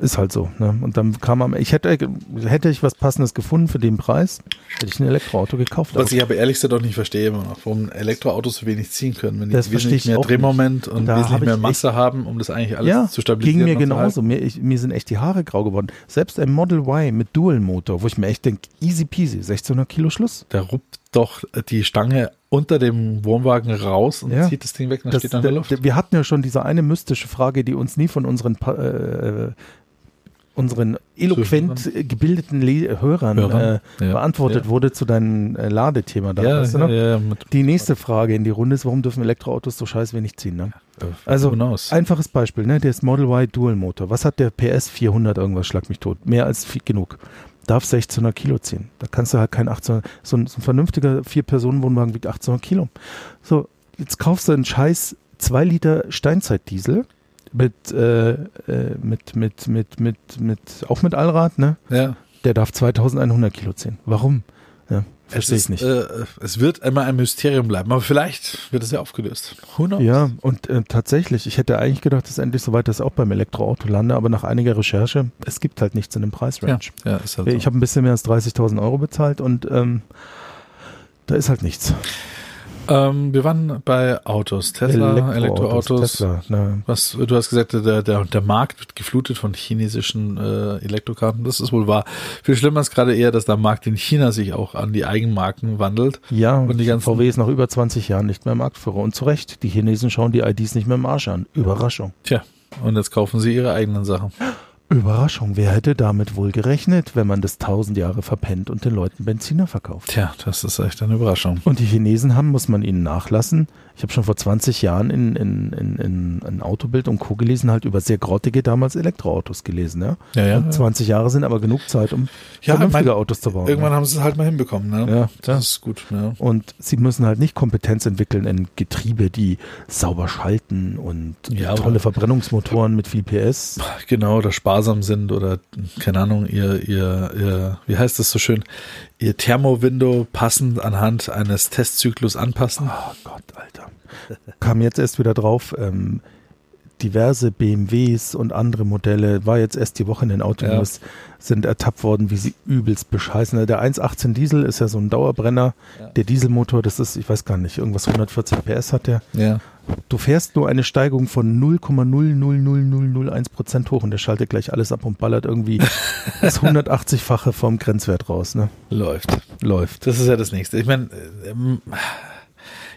ist halt so. Ne? Und dann kam am, ich hätte, hätte ich was Passendes gefunden für den Preis, hätte ich ein Elektroauto gekauft. Was ich aber ehrlich gesagt auch nicht verstehe immer noch, warum Elektroautos so wenig ziehen können, wenn die Das verstehe wesentlich ich mehr auch Drehmoment und Da wesentlich habe ich mehr echt- Masse haben, um das eigentlich alles ja, zu stabilisieren. ging mir und zu genauso. Mir, ich, mir sind echt die Haare grau geworden. Selbst ein Model Y mit Dual-Motor, wo ich mir echt denke, easy peasy, 1600 Kilo Schluss. halten. Da ruppt doch die Stange unter dem Wohnwagen raus und Ja. zieht das Ding weg, dann Das- steht da in der der- Luft. der- Wir hatten ja schon diese eine mystische Frage, die uns nie von unseren, pa- äh, unseren eloquent gebildeten Le Hörern, Hörern, Äh, ja, beantwortet wurde zu deinem äh, Ladethema. Da, weißt du noch? ja, mit, Die nächste Frage in die Runde ist, warum dürfen Elektroautos so scheiß wenig ziehen? Ne? äh, Also, who knows? einfaches Beispiel, ne? das Model Y Dual Motor. Was hat der PS 400 irgendwas, schlag mich tot? Mehr als viel, genug. Darf 1600 Kilo ziehen. Da kannst du halt kein 1800, so ein, so ein vernünftiger Vier-Personen-Wohnwagen wiegt 1800 Kilo. So, jetzt kaufst du einen scheiß 2 Liter Steinzeitdiesel mit, äh, äh, mit, mit, mit, mit, mit, auch mit Allrad, ne? ja. Der darf 2100 Kilo ziehen. Warum? Ja, verstehe es, ich ist, nicht. Äh, es wird immer ein Mysterium bleiben, aber vielleicht wird es ja aufgelöst. Who knows? Ja, und äh, tatsächlich, ich hätte eigentlich gedacht, es ist endlich soweit, dass ich auch beim Elektroauto lande, aber nach einiger Recherche, es gibt halt nichts in dem ja. Preisrange. ja ist halt so. Ich habe ein bisschen mehr als 30.000 Euro bezahlt und ähm, da ist halt nichts. Ähm, wir waren bei Autos, Tesla, Elektroautos. Tesla, ne. Was, du hast gesagt, der, der, der Markt wird geflutet von chinesischen äh, Elektrokarten. Das ist wohl wahr. Viel schlimmer ist gerade eher, dass der Markt in China sich auch an die Eigenmarken wandelt. Ja, Und die ganzen- VW ist nach über 20 Jahren nicht mehr Marktführer. Und zu Recht, die Chinesen schauen die IDs nicht mehr im Arsch an. Überraschung. Tja, und jetzt kaufen sie ihre eigenen Sachen. Überraschung, wer hätte damit wohl gerechnet, wenn man das 1000 Jahre verpennt und den Leuten Benziner verkauft? Tja, das ist echt eine Überraschung. Und die Chinesen haben, muss man ihnen nachlassen, ich habe schon vor 20 Jahren in, in, in, in, in Autobild und Co. gelesen, halt über sehr grottige damals Elektroautos gelesen. Ja? Ja, ja, ja. und 20 Jahre sind aber genug Zeit, um Ja, vernünftige mein- Autos zu bauen. Irgendwann haben sie es halt mal hinbekommen. Ne? Ja, das ist gut. Ne? ja. Und sie müssen halt nicht Kompetenz entwickeln in Getriebe, die sauber schalten und Ja, tolle oder- Verbrennungsmotoren mit viel PS. Genau, oder sparsam sind oder, keine Ahnung, ihr, ihr, ihr wie heißt das so schön, ihr Thermowindow passend anhand eines Testzyklus anpassen. Oh Gott, Alter. Kam jetzt erst wieder drauf, ähm, diverse BMWs und andere Modelle, war jetzt erst die Woche in den Autonews, sind ertappt worden, wie sie übelst bescheißen. Der 1.18 Diesel ist ja so ein Dauerbrenner. Ja. Der Dieselmotor, das ist, ich weiß gar nicht, irgendwas 140 PS hat der. Ja. Du fährst nur eine Steigung von 0,00001 Prozent hoch und der schaltet gleich alles ab und ballert irgendwie das 180-fache vom Grenzwert raus. Ne? Läuft. Läuft. Das ist ja das Nächste. Ich meine, ähm,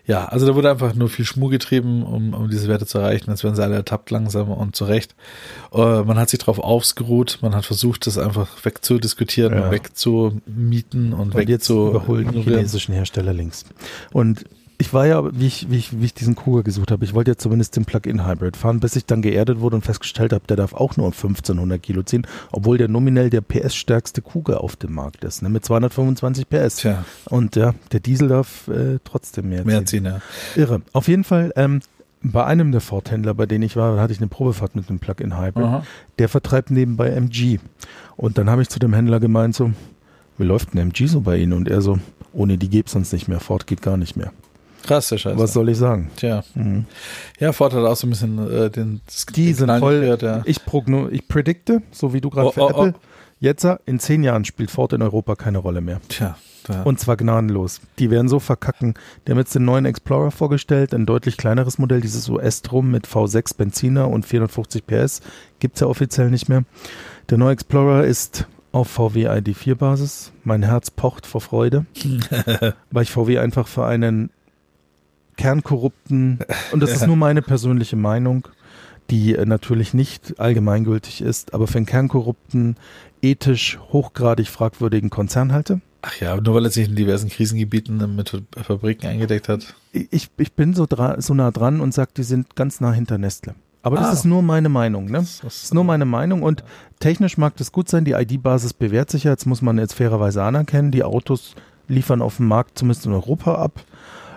ja, also da wurde einfach nur viel Schmur getrieben, um, um diese Werte zu erreichen. Jetzt werden sie alle ertappt langsam und zu Recht. Äh, man hat sich darauf aufgeruht, man hat versucht, das einfach wegzudiskutieren, Ja. wegzumieten und, und jetzt wegzu überholen die ignorieren. chinesischen Hersteller links. Und ich war ja, wie ich, wie ich, wie ich diesen Kuga gesucht habe, ich wollte ja zumindest den Plug-in-Hybrid fahren, bis ich dann geerdet wurde und festgestellt habe, der darf auch nur 1500 Kilo ziehen, obwohl der nominell der PS-stärkste Kuga auf dem Markt ist, ne, mit 225 PS. Tja, Und ja, der Diesel darf äh, trotzdem mehr, mehr ziehen, ja. Irre. Auf jeden Fall, ähm, bei einem der Ford-Händler, bei denen ich war, hatte ich eine Probefahrt mit einem Plug-in-Hybrid Aha. der vertreibt nebenbei MG. Und dann habe ich zu dem Händler gemeint, so, wie läuft denn MG so bei Ihnen? Und er so, ohne die gibt's sonst nicht mehr, Ford geht gar nicht mehr. Krass, der Scheiß. Was soll ich sagen? Tja. Mhm. Ja, Ford hat auch so ein bisschen äh, den, das- den Knall gehört, ja. ich, progno, ich predikte, so wie du gerade Oh, für oh, oh. Apple, jetzt äh, in zehn Jahren spielt Ford in Europa keine Rolle mehr. Tja, da. Und zwar gnadenlos. Die werden so verkacken. Die haben jetzt den neuen Explorer vorgestellt, ein deutlich kleineres Modell, dieses US-Drum mit V6 Benziner und 450 PS. Gibt es ja offiziell nicht mehr. Der neue Explorer ist auf VW ID4-Basis. Mein Herz pocht vor Freude, weil ich VW einfach für einen kernkorrupten, und das ist nur meine persönliche Meinung, die äh, natürlich nicht allgemeingültig ist, aber für einen kernkorrupten, ethisch hochgradig fragwürdigen Konzern halte. Ach ja, nur weil er sich in diversen Krisengebieten mit Fabriken eingedeckt hat. ich, ich bin so, dra so nah dran und sage, die sind ganz nah hinter Nestle. Aber das Ah. ist nur meine Meinung, ne? Das Das ist nur meine Meinung und technisch mag das gut sein, die ID-Basis bewährt sich ja, jetzt muss man jetzt fairerweise anerkennen, die Autos liefern auf dem Markt, zumindest in Europa ab,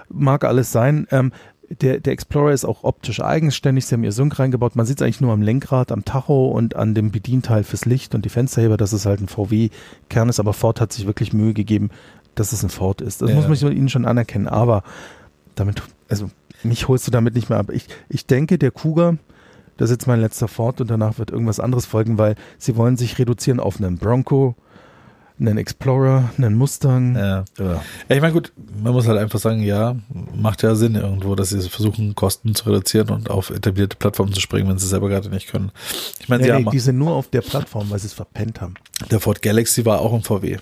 mag alles sein. Ähm, der, der Explorer ist auch optisch eigenständig, sie haben ihr Sync reingebaut, man sieht es eigentlich nur am Lenkrad, am Tacho und an dem Bedienteil fürs Licht und die Fensterheber, dass es halt ein VW-Kern ist, aber Ford hat sich wirklich Mühe gegeben, dass es ein Ford ist. Das Ja. muss man ihnen schon anerkennen, aber damit, also mich holst du damit nicht mehr ab. Ich, ich denke, der Kuga das ist jetzt mein letzter Ford und danach wird irgendwas anderes folgen, weil sie wollen sich reduzieren auf einen Bronco, einen Explorer, einen Mustang. Ja. ja. Ich meine, gut, man muss halt einfach sagen, ja, macht ja Sinn irgendwo, dass sie versuchen, Kosten zu reduzieren und auf etablierte Plattformen zu springen, wenn sie selber gerade nicht können. Ich meine, Nee, sie nee, haben, die sind nur auf der Plattform, weil sie es verpennt haben. der Ford Galaxy war auch ein VW.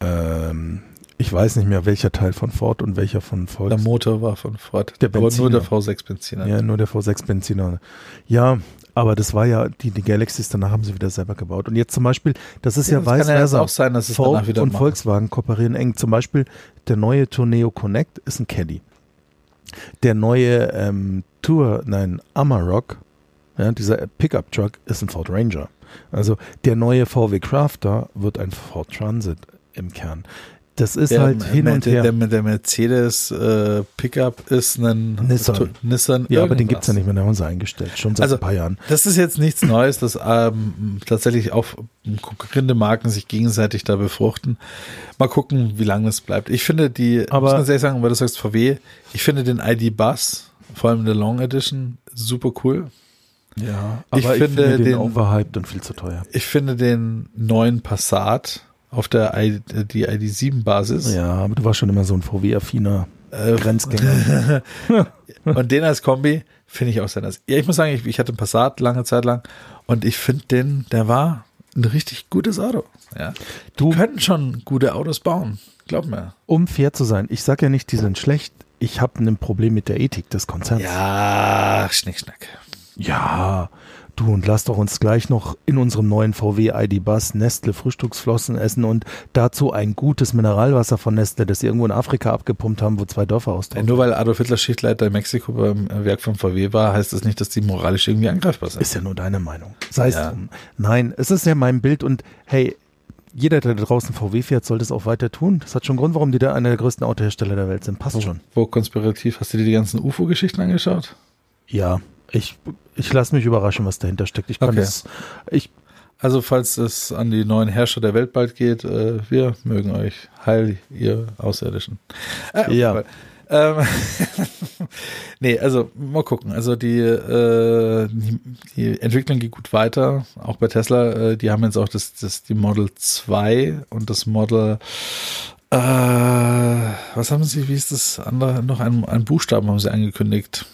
Ähm, ich weiß nicht mehr, welcher Teil von Ford und welcher von Der Volks. Motor war von Ford. Der aber nur der Benziner. V6-Benziner. Ja, nur der V6-Benziner. Ja, aber das war ja, die, die Galaxies danach haben sie wieder selber gebaut. Und jetzt zum Beispiel, das ist ja, das vice kann ja jetzt versa. auch sein, dass sie es danach Ford wieder und machen. Volkswagen kooperieren eng. Zum Beispiel der neue Tourneo Connect ist ein Caddy. Der neue ähm, Tour, nein, Amarok, ja, dieser Pickup-Truck ist ein Ford Ranger. Also der neue VW Crafter wird ein Ford Transit im Kern. Das ist Der, halt hin der, und her. Der, der Mercedes äh, Pickup ist ein Nissan. Tu- Nissan ja, aber den irgendwas. gibt's ja nicht mehr, den haben sie eingestellt, schon seit Also, ein paar Jahren. Das ist jetzt nichts Neues, dass ähm, tatsächlich auch konkurrierende Marken sich gegenseitig da befruchten. Mal gucken, wie lange das bleibt. Ich finde die, Aber- muss ganz ehrlich sagen, weil du sagst VW, ich finde den ID Bus, vor allem in der Long Edition, super cool. Ja, aber ich finde den, den- overhyped und viel zu teuer. Ich finde den neuen Passat auf der I, die ID7 Basis Ja, aber du warst schon immer so ein VW-affiner äh, Grenzgänger. Und den als Kombi finde ich auch sehr nice. Ja, ich muss sagen, ich, ich hatte einen Passat lange Zeit lang und ich finde den, der war ein richtig gutes Auto. Ja. Du könnten schon gute Autos bauen. Glaub mir. um fair zu sein, ich sage ja nicht, die sind schlecht. Ich habe ein Problem mit der Ethik des Konzerns. Ja, schnick, schnack. Ja, du und lass doch uns gleich noch in unserem neuen VW ID Bus Nestle Frühstücksflossen essen und dazu ein gutes Mineralwasser von Nestle, das sie irgendwo in Afrika abgepumpt haben, wo zwei Dörfer Äh, austreten. Nur weil Adolf Hitler Schichtleiter in Mexiko beim äh, Werk von VW war, heißt das nicht, dass die moralisch irgendwie angreifbar sind. Ist ja nur deine Meinung. Sei es Ja. drum. Nein, es ist ja mein Bild und hey, jeder, der da draußen VW fährt, sollte es auch weiter tun. Das hat schon Grund, warum die da einer der größten Autohersteller der Welt sind. Passt schon. Wo konspirativ hast du dir die ganzen UFO-Geschichten angeschaut? Ja, ich, ich lasse mich überraschen, was dahinter steckt. Ich kann Okay. es. Ich, Also, falls es an die neuen Herrscher der Welt bald geht, äh, wir mögen euch. Heil, ihr Außerirdischen. Äh, Ja. Ähm, nee, also mal gucken. Also die, äh, die, die Entwicklung geht gut weiter. Auch bei Tesla, äh, die haben jetzt auch das, das, die Model 2 und das Model, äh, was haben sie, wie ist das andere? Noch ein, ein Buchstaben haben sie angekündigt.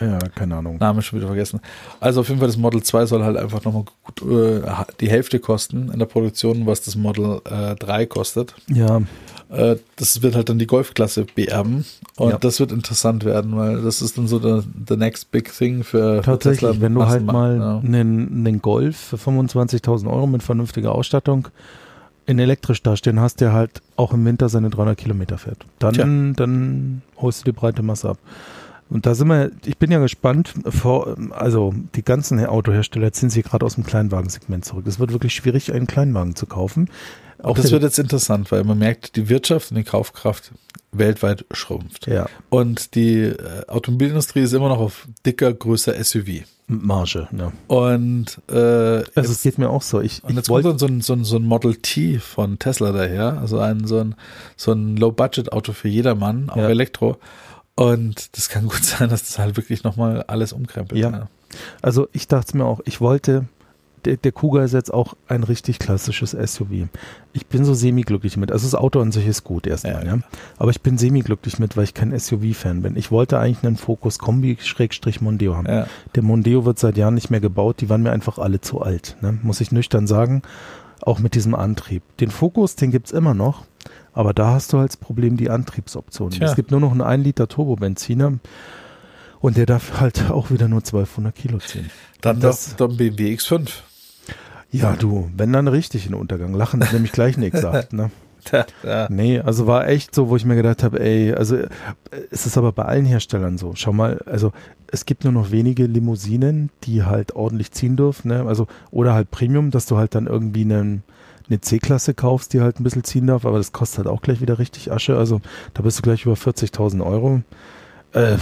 ja, keine Ahnung. Name schon wieder vergessen. Also auf jeden Fall, das Model 2 soll halt einfach nochmal gut, äh, die Hälfte kosten in der Produktion, was das Model äh, 3 kostet. Ja, Äh, das wird halt dann die Golfklasse beerben. Und Ja. das wird interessant werden, weil das ist dann so der the next big thing für, für Tatsächlich, Tesla. wenn du halt mal Massenmarkt, einen, einen Golf für 25.000 Euro mit vernünftiger Ausstattung in elektrisch dastehen hast, der halt auch im Winter seine 300 Kilometer fährt. Tja. Dann, dann holst du die breite Masse ab. Und da sind wir, ich bin ja gespannt, vor, also die ganzen Autohersteller ziehen sich gerade aus dem Kleinwagensegment zurück. Es wird wirklich schwierig, einen Kleinwagen zu kaufen. Ja. Auch Das der- wird jetzt interessant, weil man merkt, die Wirtschaft und die Kaufkraft weltweit schrumpft. ja, Und die äh, Automobilindustrie ist immer noch auf dicker, größer SUV. Marge. Ne? Und äh, Also es geht mir auch so. Ich, Und ich jetzt kommt wollte dann so ein, so, ein, so ein Model T von Tesla daher, also ein, so ein, so ein Low-Budget-Auto für jedermann, auch Ja. Elektro. Und das kann gut sein, dass das halt wirklich nochmal alles umkrempelt. Ja. ne? Also ich dachte es mir auch, ich wollte, der, der Kuga ist jetzt auch ein richtig klassisches SUV. Ich bin so semi-glücklich mit. Also das Auto an sich ist gut erstmal, Ja. ja. Aber ich bin semi-glücklich mit, weil ich kein SUV-Fan bin. Ich wollte eigentlich einen Focus Kombi-Mondeo haben. Ja. Der Mondeo wird seit Jahren nicht mehr gebaut, die waren mir einfach alle zu alt, ne? muss ich nüchtern sagen. Auch mit diesem Antrieb. Den Focus, den gibt's immer noch, aber da hast du halt das Problem, die Antriebsoptionen. Tja. Es gibt nur noch einen 1 Liter Turbobenziner und der darf halt auch wieder nur 1200 Kilo ziehen. Dann Das- das, doch dann BMW X5. Ja, du, wenn dann richtig in den Untergang. Lachen ist nämlich gleich nichts sagt, ne? Da, da. Nee, also war echt so, wo ich mir gedacht habe, ey, also äh, es ist aber bei allen Herstellern so. Schau mal, also es gibt nur noch wenige Limousinen, die halt ordentlich ziehen dürfen, ne? Also oder halt Premium, dass du halt dann irgendwie einen eine C-Klasse kaufst, die halt ein bisschen ziehen darf, aber das kostet halt auch gleich wieder richtig Asche. Also da bist du gleich über 40.000 Euro. Äh,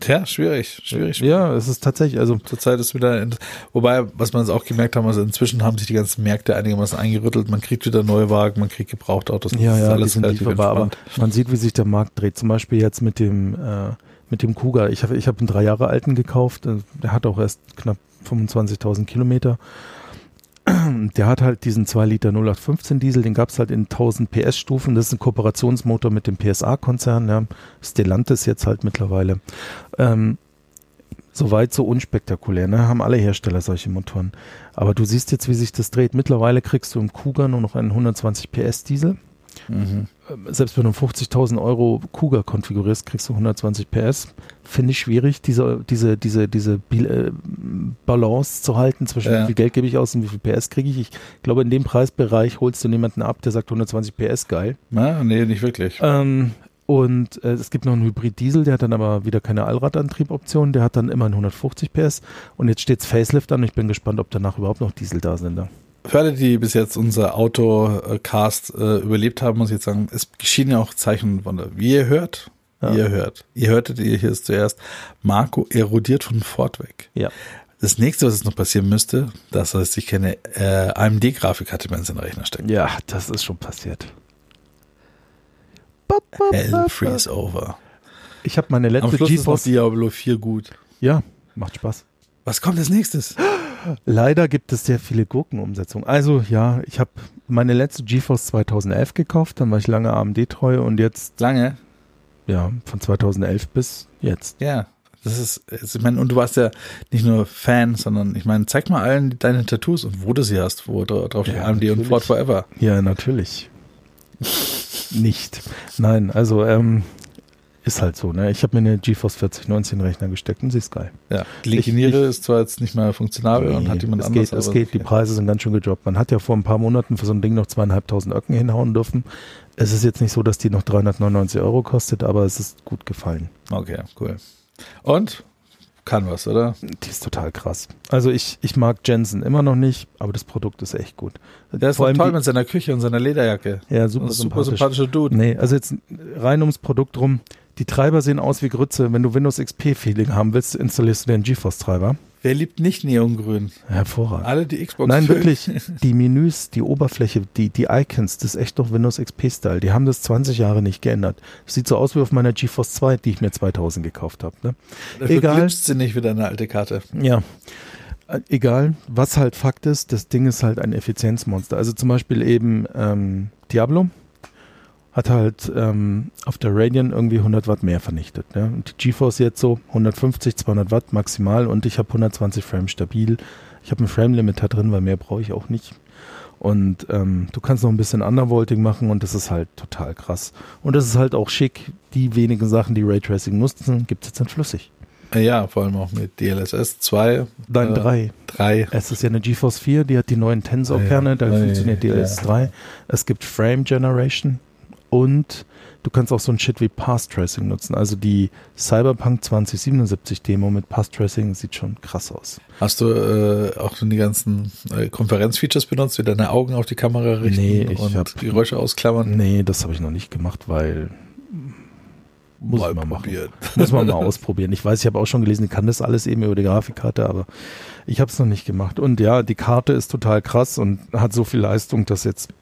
Tja, schwierig, schwierig. ja, es ist tatsächlich, also Zurzeit ist wieder, in- wobei, was man jetzt auch gemerkt haben, also inzwischen haben sich die ganzen Märkte einigermaßen eingerüttelt. Man kriegt wieder neue Wagen, man kriegt Gebrauchtautos. Das Ja, ist ja, die sind relativ lieferbar, aber entspannt. man sieht, wie sich der Markt dreht. Zum Beispiel jetzt mit dem äh, mit dem Kuga. Ich habe ich hab einen drei Jahre alten gekauft. äh, Der hat auch erst knapp 25.000 Kilometer. Der hat halt diesen 2 Liter 0815 Diesel, den gab es halt in 1000 PS Stufen. Das ist ein Kooperationsmotor mit dem PSA-Konzern, ja. Stellantis jetzt halt mittlerweile. Ähm, Soweit so unspektakulär, ne? haben alle Hersteller solche Motoren. Aber du siehst jetzt, wie sich das dreht. Mittlerweile kriegst du im Kuga nur noch einen 120 PS Diesel. Ähm, Mhm. Selbst wenn du 50.000 Euro Kuga konfigurierst, kriegst du 120 PS. Finde ich schwierig, diese, diese, diese, diese Bil- äh, Balance zu halten zwischen Ja. wie viel Geld gebe ich aus und wie viel PS kriege ich. Ich glaube, in dem Preisbereich holst du niemanden ab, der sagt 120 PS geil. Na, nee, nicht wirklich. Ähm, und äh, es gibt noch einen Hybrid-Diesel, der hat dann aber wieder keine Allradantrieboption, der hat dann immer einen 150 PS und jetzt steht's Facelift an. Ich bin gespannt, ob danach überhaupt noch Diesel da sind. ne? Da. Für alle, die bis jetzt unser Autocast äh, überlebt haben, muss ich jetzt sagen, es geschieden ja auch Zeichen und Wunder. Wie ihr hört, Ja. wie ihr hört. Ihr hörtet ihr hier zuerst. Marco erodiert von Ford weg. Ja. Das nächste, was jetzt noch passieren müsste, das heißt, ich kenne äh, AMD-Grafikkarte, wenn es in den Rechner steckt. ja, das ist schon passiert. Hell freeze over. Ich habe meine Am letzte Schluss ist noch GeForce. Diablo 4 gut. Ja, macht Spaß. Was kommt als nächstes? Leider gibt es sehr viele Gurkenumsetzungen. Also ja, ich habe meine letzte GeForce 2011 gekauft, dann war ich lange AMD treu und jetzt Lange? ja von 2011 bis jetzt. Ja. Das ist, also ich meine, und du warst ja nicht nur Fan, sondern ich meine, zeig mal allen deine Tattoos und wo du sie hast, wo dra- drauf steht Ja, AMD und natürlich. Ford Forever. Ja, natürlich. Nicht. Nein, also ähm, ist halt so. Ne? Ich habe mir eine GeForce 4019 Rechner gesteckt und sie ist geil. Ja, die linke Niere ist zwar jetzt nicht mehr funktionabel und Nee, hat jemand es anders. geht, es aber- geht, die Preise sind ganz schön gedroppt. Man hat ja vor ein paar Monaten für so ein Ding noch zweieinhalbtausend Öcken hinhauen dürfen. Es ist jetzt nicht so, dass die noch 399 Euro kostet, aber es ist gut gefallen. Okay, cool. Und? Kann was, oder? Die ist total krass. Also ich, ich mag Jensen immer noch nicht, aber das Produkt ist echt gut. Der ist Vor Vor allem toll die- mit seiner Küche und seiner Lederjacke. Ja, Super, super super, sympathisch. sympathischer Dude. Nee, also jetzt rein ums Produkt rum. Die Treiber sehen aus wie Grütze. Wenn du Windows XP-Feeling haben willst, installierst du den GeForce-Treiber. Wer liebt nicht Neongrün? Hervorragend. Alle, die Xbox Nein, mögen. wirklich. Die Menüs, die Oberfläche, die, die Icons, das ist echt noch Windows XP-Style. Die haben das 20 Jahre nicht geändert. Das sieht so aus wie auf meiner GeForce 2, die ich mir 2000 gekauft habe. Ne? Dafür Egal. glitscht sie nicht wieder eine alte Karte. Ja. Äh, Egal, was halt Fakt ist, das Ding ist halt ein Effizienzmonster. Also zum Beispiel eben ähm, Diablo hat halt ähm, auf der Radeon irgendwie 100 Watt mehr vernichtet. Ne? Und die GeForce jetzt so 150, 200 Watt maximal und ich habe 120 Frames stabil. Ich habe ein Frame-Limiter drin, weil mehr brauche ich auch nicht. Und ähm, du kannst noch ein bisschen Undervolting machen und das ist halt total krass. Und das ist halt auch schick. Die wenigen Sachen, die Raytracing nutzen, gibt es jetzt dann flüssig. Ja, vor allem auch mit DLSS 2, Nein, Äh, drei. Äh. 3. Es ist ja eine GeForce 4, die hat die neuen Tensor-Kerne, da Ah, ja. funktioniert Ah, ja, DLSS 3. Es gibt Frame Generation und du kannst auch so ein Shit wie Path Tracing nutzen. Also die Cyberpunk 2077 Demo mit Path Tracing sieht schon krass aus. Hast du äh, auch die ganzen äh, Konferenzfeatures benutzt, wie deine Augen auf die Kamera richten Nee, ich und hab- Geräusche ausklammern? Nee, das habe ich noch nicht gemacht, weil muss Mal man machen. probiert. Muss man mal ausprobieren. Ich weiß, ich habe auch schon gelesen, ich kann das alles eben über die Grafikkarte, aber ich habe es noch nicht gemacht. Und ja, die Karte ist total krass und hat so viel Leistung, dass jetzt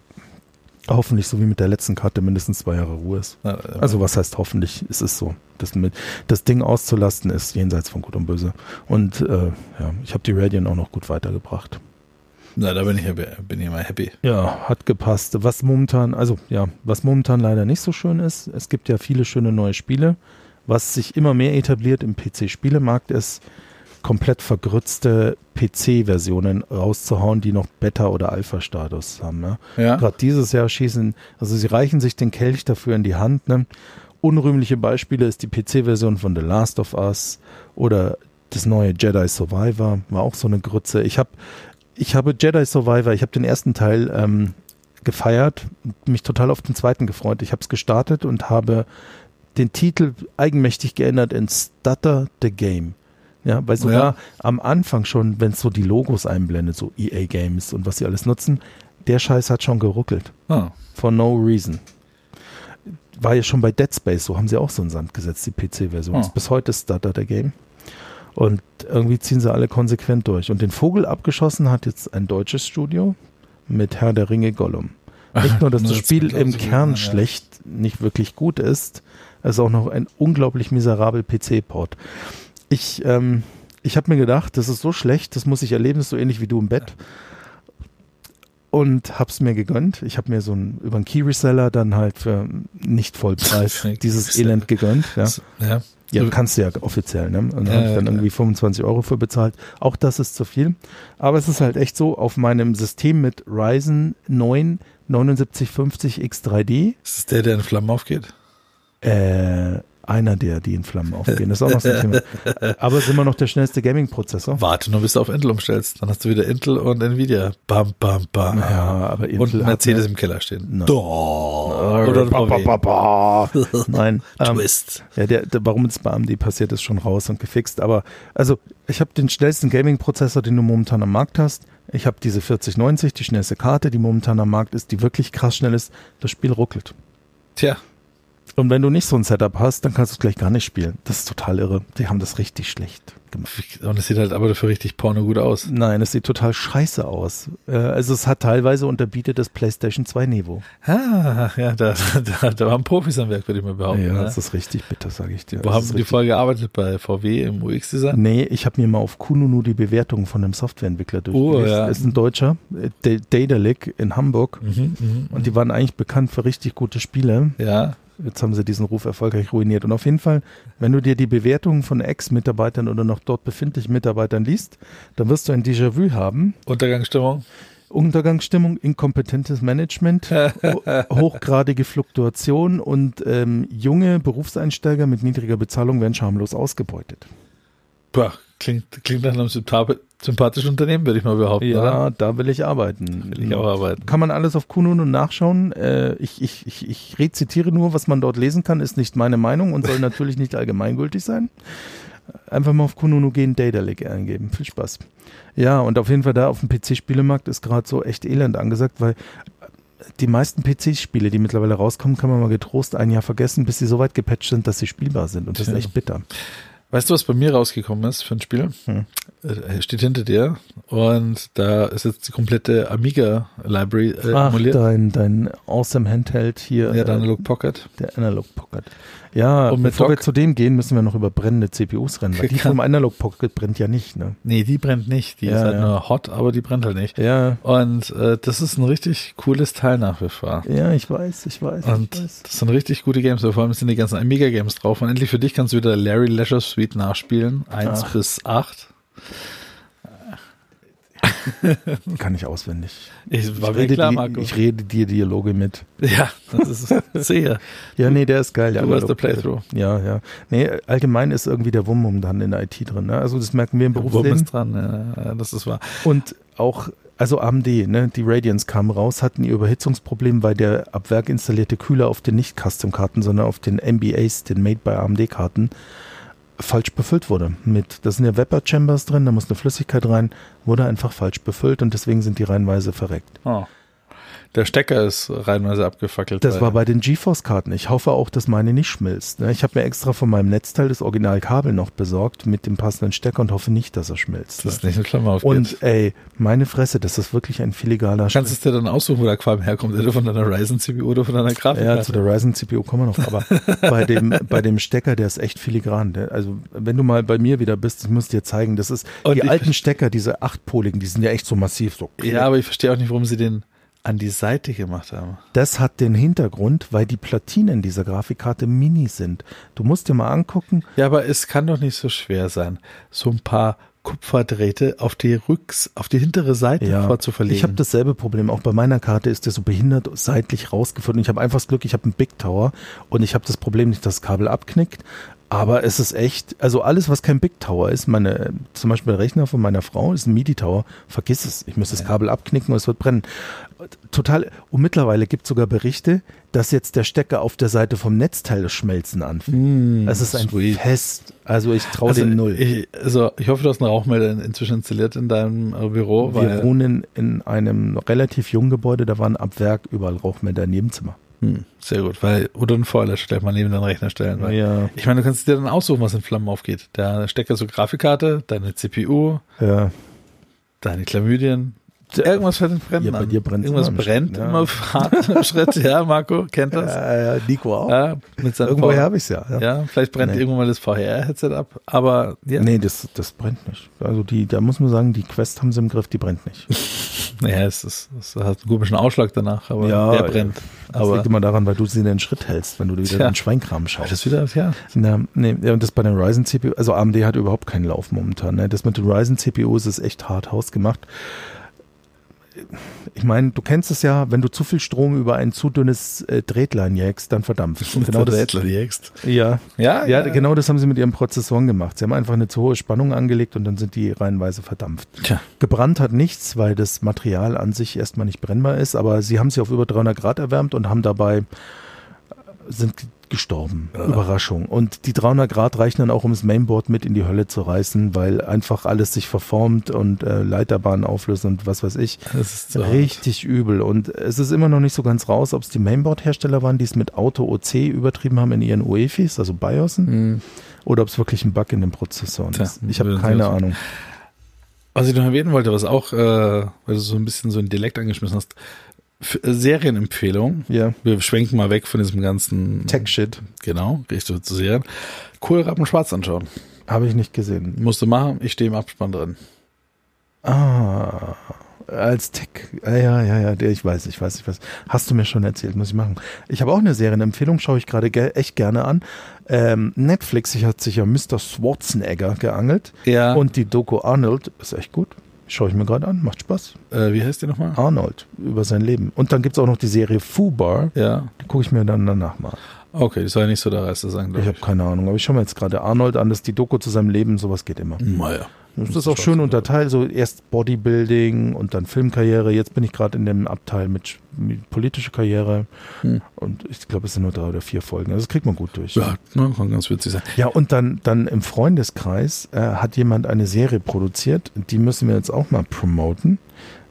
hoffentlich so wie mit der letzten Karte mindestens zwei Jahre Ruhe ist. Na, äh, Also was heißt hoffentlich? Es ist so. Das, mit, das Ding auszulasten ist jenseits von Gut und Böse. Und äh, ja, ich habe die Radeon auch noch gut weitergebracht. na, da bin ich, ja- bin ich immer happy. Ja, hat gepasst. Was momentan, also ja, was momentan leider nicht so schön ist, es gibt ja viele schöne neue Spiele. Was sich immer mehr etabliert im PC-Spielemarkt ist, komplett vergrützte PC-Versionen rauszuhauen, die noch Beta- oder Alpha-Status haben. Ne? Ja? Gerade dieses Jahr schießen, also sie reichen sich den Kelch dafür in die Hand. Ne? Unrühmliche Beispiele ist die PC-Version von The Last of Us oder das neue Jedi Survivor, war auch so eine Grütze. Ich habe ich habe Jedi Survivor, ich habe den ersten Teil ähm, gefeiert und mich total auf den zweiten gefreut. Ich habe es gestartet und habe den Titel eigenmächtig geändert in Stutter the Game. Ja, weil sogar Ja. am Anfang schon, wenn es so die Logos einblendet, so EA Games und was sie alles nutzen, der Scheiß hat schon geruckelt. Ah. For no reason. War ja schon bei Dead Space, so haben sie auch so einen Sand gesetzt, die PC-Version. Oh. Ist bis heute Starter der Game. Und irgendwie ziehen sie alle konsequent durch. Und den Vogel abgeschossen hat jetzt ein deutsches Studio mit Herr der Ringe Gollum. Nicht nur, dass Nur das das Spiel Mittel- im so, Kern ja. schlecht, nicht wirklich gut ist, Also auch noch ein unglaublich miserabel PC-Port. Ich, ähm, ich habe mir gedacht, das ist so schlecht, das muss ich erleben, das ist so ähnlich wie du im Bett. Und hab's mir gegönnt. Ich habe mir so ein, über einen Key Reseller dann halt für nicht Vollpreis dieses Elend gegönnt. Ja. Ja. Ja, kannst du ja offiziell, ne? Und dann Also, Ja, habe ich dann ja, irgendwie 25 Euro für bezahlt. Auch das ist zu viel. Aber es ist halt echt so, auf meinem System mit Ryzen 9 7950 X3D, Ist es der, der in Flammen aufgeht? äh, einer der, die in Flammen aufgehen. Das ist auch noch so ein Thema. Aber es ist immer noch der schnellste Gaming-Prozessor. Warte nur, bis du auf Intel umstellst. Dann hast du wieder Intel und Nvidia. Bam, bam, bam. Ja, aber und Intel hat Mercedes eine- im Keller stehen. Nein. Doch. Oder ein Ba, ba, VW. ba, ba. Nein. ähm, Twist. Ja, der, der, warum es bei AMD passiert, ist schon raus und gefixt. Aber also, ich habe den schnellsten Gaming-Prozessor, den du momentan am Markt hast. Ich habe diese 4090, die schnellste Karte, die momentan am Markt ist, die wirklich krass schnell ist. Das Spiel ruckelt. Tja, Und wenn du nicht so ein Setup hast, dann kannst du es gleich gar nicht spielen. Das ist total irre. Die haben das richtig schlecht gemacht. und es sieht halt aber dafür richtig porno gut aus. Nein, es sieht total scheiße aus. Äh, Also es hat teilweise unterbietet das PlayStation 2 Niveau. Ah, ja, da, da, da waren Profis am Werk, würde ich mal behaupten. ja, ne? das ist richtig bitter, sage ich dir. Wo Das haben ist die richtig- vorher gearbeitet? Bei VW im UX-Design? Nee, ich habe mir mal auf Kununu die Bewertung von einem Softwareentwickler durchgelesen. Oh, ja. Das ist ein Deutscher, äh, D- Datalic in Hamburg. Mhm, Und die waren eigentlich bekannt für richtig gute Spiele. Ja, Jetzt haben sie diesen Ruf erfolgreich ruiniert. Und auf jeden Fall, wenn du dir die Bewertungen von Ex-Mitarbeitern oder noch dort befindlichen Mitarbeitern liest, dann wirst du ein Déjà-vu haben. Untergangsstimmung. Untergangsstimmung, inkompetentes Management, ho- hochgradige Fluktuation und ähm, junge Berufseinsteiger mit niedriger Bezahlung werden schamlos ausgebeutet. Puh, klingt, klingt nach einem sympathisch- sympathischen Unternehmen, würde ich mal behaupten. Oder? Ja, da will ich arbeiten. Will ich auch arbeiten. Kann man alles auf Kununu nachschauen. Äh, ich, ich, ich, ich rezitiere nur, was man dort lesen kann, ist nicht meine Meinung und soll natürlich nicht allgemeingültig sein. Einfach mal auf Kununu gehen, Data Lake eingeben. Viel Spaß. Ja, und auf jeden Fall da auf dem PC-Spielemarkt ist gerade so echt Elend angesagt, weil die meisten PC-Spiele, die mittlerweile rauskommen, kann man mal getrost ein Jahr vergessen, bis sie so weit gepatcht sind, dass sie spielbar sind. Und das ist Tja. echt bitter. Weißt du, was bei mir rausgekommen ist für ein Spiel? Hm. Äh, Steht hinter dir und da ist jetzt die komplette Amiga-Library äh, Ach, emuliert. dein, dein awesome Handheld hier. Ja, der äh, Analog Pocket. Der Analog Pocket. Ja, Und mit bevor wir Dock? zu dem gehen, müssen wir noch über brennende CPUs rennen, weil die Kann- vom Analog Pocket brennt ja nicht, ne? Nee, die brennt nicht. Die Ja, ist halt ja. nur hot, aber die brennt halt nicht. Ja, Und äh, das ist ein richtig cooles Teil nach wie vor. ja, ich weiß, ich weiß, ich Und weiß. das sind richtig gute Games. Vor allem sind die ganzen Amiga-Games drauf. Und endlich für dich kannst du wieder Larry Leisure Suite nachspielen. eins Ach. bis acht. Kann ich auswendig. Ich war ich, mir rede klar, die- Marco. ich rede dir Dialoge mit. ja, das ist sehr. Ja, nee, der ist geil. der Du warst der Analog Pocket. Playthrough. Ja, ja. Nee, allgemein ist irgendwie der Wum um dann in der IT drin. Ne? Also das merken wir im Wurm ist Berufsleben. dran. Ja, ja, das ist wahr. Und auch, also AMD, ne? die Radiance kam raus, hatten ihr Überhitzungsproblem, weil der ab Werk installierte Kühler auf den nicht Custom-Karten, sondern auf den MBAs, den Made by AMD-Karten, falsch befüllt wurde. Mit, da sind ja Vapor Chambers drin, da muss eine Flüssigkeit rein, wurde einfach falsch befüllt und deswegen sind die reihenweise verreckt. Oh. Der Stecker ist reinweise abgefackelt. Das weil- war bei den GeForce-Karten. Ich hoffe auch, dass meine nicht schmilzt. ne? Ich habe mir extra von meinem Netzteil das Originalkabel noch besorgt mit dem passenden Stecker und hoffe nicht, dass er schmilzt. das ist nicht eine Klammer auf. und ey, meine Fresse, das ist wirklich ein filigraner kannst es dir dann aussuchen, wo der Qualm herkommt. Entweder von deiner Ryzen CPU oder von deiner Grafik. Ja, zu der Ryzen CPU kommen wir noch, aber bei dem, bei dem Stecker, der ist echt filigran. Der, also, wenn du mal bei mir wieder bist, ich muss dir zeigen, das ist, Und die ich- alten Stecker, diese achtpoligen, die sind ja echt so massiv, so. ja, aber ich verstehe auch nicht, warum sie den an die Seite gemacht haben. Das hat den Hintergrund, weil die Platinen dieser Grafikkarte mini sind. Du musst dir mal angucken, Ja, aber es kann doch nicht so schwer sein, so ein paar Kupferdrähte auf die Rücks, auf die hintere Seite vorzuverlegen. Ich habe dasselbe Problem. Auch bei meiner Karte ist der so behindert seitlich rausgefunden. Ich habe einfach das Glück, ich habe einen Big Tower und ich habe das Problem nicht, dass das Kabel abknickt. Aber es ist echt, also alles, was kein Big Tower ist, meine, zum Beispiel der Rechner von meiner Frau ist ein MIDI Tower, vergiss es. Ich müsste das Kabel abknicken und es wird brennen. Total, und mittlerweile gibt es sogar Berichte, dass jetzt der Stecker auf der Seite vom Netzteil das Schmelzen anfängt. Es ist ein Hm, sweet. Fest. Also ich traue also, den Null. Ich, also ich hoffe, du hast einen Rauchmelder in, inzwischen installiert in deinem äh, Büro, Wir weil wohnen in einem relativ jungen Gebäude, da waren ab Werk überall Rauchmelder im Nebenzimmer. hm, sehr gut, weil oder einen Feuerlöscher gleich mal neben deinen Rechner stellen. Weil, Ja. Ich meine, du kannst dir dann aussuchen, was in Flammen aufgeht. Äh, Der Stecker zur Grafikkarte, deine CPU, Ja, deine Chlamydien, Irgendwas fällt brennt Ja, bei an. dir brennt's Irgendwas immer am brennt Schritt, ja. immer hart im Schritt. Ja, Marco kennt das. Äh, Nico auch. Ja, mit seinem Irgendwoher VR. habe ich es ja. ja. Ja, vielleicht brennt Nee. irgendwann mal das VR-Headset ab. Aber ja, Nee, das, das brennt nicht. Also die, da muss man sagen, die Quest haben sie im Griff, die brennt nicht. naja, es, ist, es hat einen komischen Ausschlag danach, aber Ja, der brennt. Das Aber liegt immer daran, weil du sie in den Schritt hältst, wenn du wieder Tja. in den Schweinkram schaust. das wieder, ja. Na, nee, ja, und das bei den Ryzen CPU, also AMD hat überhaupt keinen Lauf momentan. Ne? Das mit den Ryzen CPUs ist echt hart hausgemacht. Ich meine, du kennst es ja, wenn du zu viel Strom über ein zu dünnes äh, Drehtlein jägst, dann verdampft. Und der Genau das, Adler, die Axt. ja, Ja, ja, ja, genau das haben sie mit ihren Prozessoren gemacht. Sie haben einfach eine zu hohe Spannung angelegt und dann sind die reihenweise verdampft. Tja. Gebrannt hat nichts, weil das Material an sich erstmal nicht brennbar ist, aber sie haben sie auf über 300 Grad erwärmt und haben dabei äh, sind g- gestorben. Überraschung. Und die 300 Grad reichen dann auch, um das Mainboard mit in die Hölle zu reißen, weil einfach alles sich verformt und äh, Leiterbahnen auflösen und was weiß ich. Das ist so hart. Richtig übel. Und es ist immer noch nicht so ganz raus, ob es die Mainboard-Hersteller waren, die es mit Auto OC übertrieben haben in ihren UEFIs, also BIOSen, Mhm. oder ob es wirklich ein Bug in den Prozessoren Tja, ist. Ich habe würden Sie keine wissen. Ahnung. Was ich noch erwähnen wollte, was auch, äh, weil du so ein bisschen so einen Dialekt angeschmissen hast, F äh, Serienempfehlung. Ja. Wir schwenken mal weg von diesem ganzen Tech-Shit. Genau, Richtung zu Serien. Kohlrappen schwarz anschauen. Habe ich nicht gesehen. Musst du machen, ich stehe im Abspann drin. Ah, als Tech. Ah, ja, ja, ja, der- ich weiß, ich weiß, ich weiß. Hast du mir schon erzählt, muss ich machen. Ich habe auch eine Serienempfehlung, schaue ich gerade ge echt gerne an. Ähm, Netflix sich hat sich ja Mr. Schwarzenegger geangelt. Ja. Und Und die Doku Arnold ist echt gut. Schaue ich mir gerade an, macht Spaß. äh, wie heißt die nochmal? Ah. Arnold über sein Leben. Und dann gibt es auch noch die Serie Fubar. Ja. Die gucke ich mir dann danach mal. an. Okay, das soll ja nicht so der Rest sein, Ich glaube habe keine Ahnung, aber ich schaue mir jetzt gerade Arnold an, das ist die Doku zu seinem Leben, sowas geht immer. ich. Naja. Das ist auch schön unterteilt, so erst Bodybuilding und dann Filmkarriere. Jetzt bin ich gerade in dem Abteil mit, sch- mit politischer Karriere. Hm. Und ich glaube, es sind nur drei oder vier Folgen. Also das kriegt man gut durch. Ja, ne, kann ganz witzig sein. Ja, und dann, dann im Freundeskreis äh, hat jemand eine Serie produziert, die müssen wir jetzt auch mal promoten.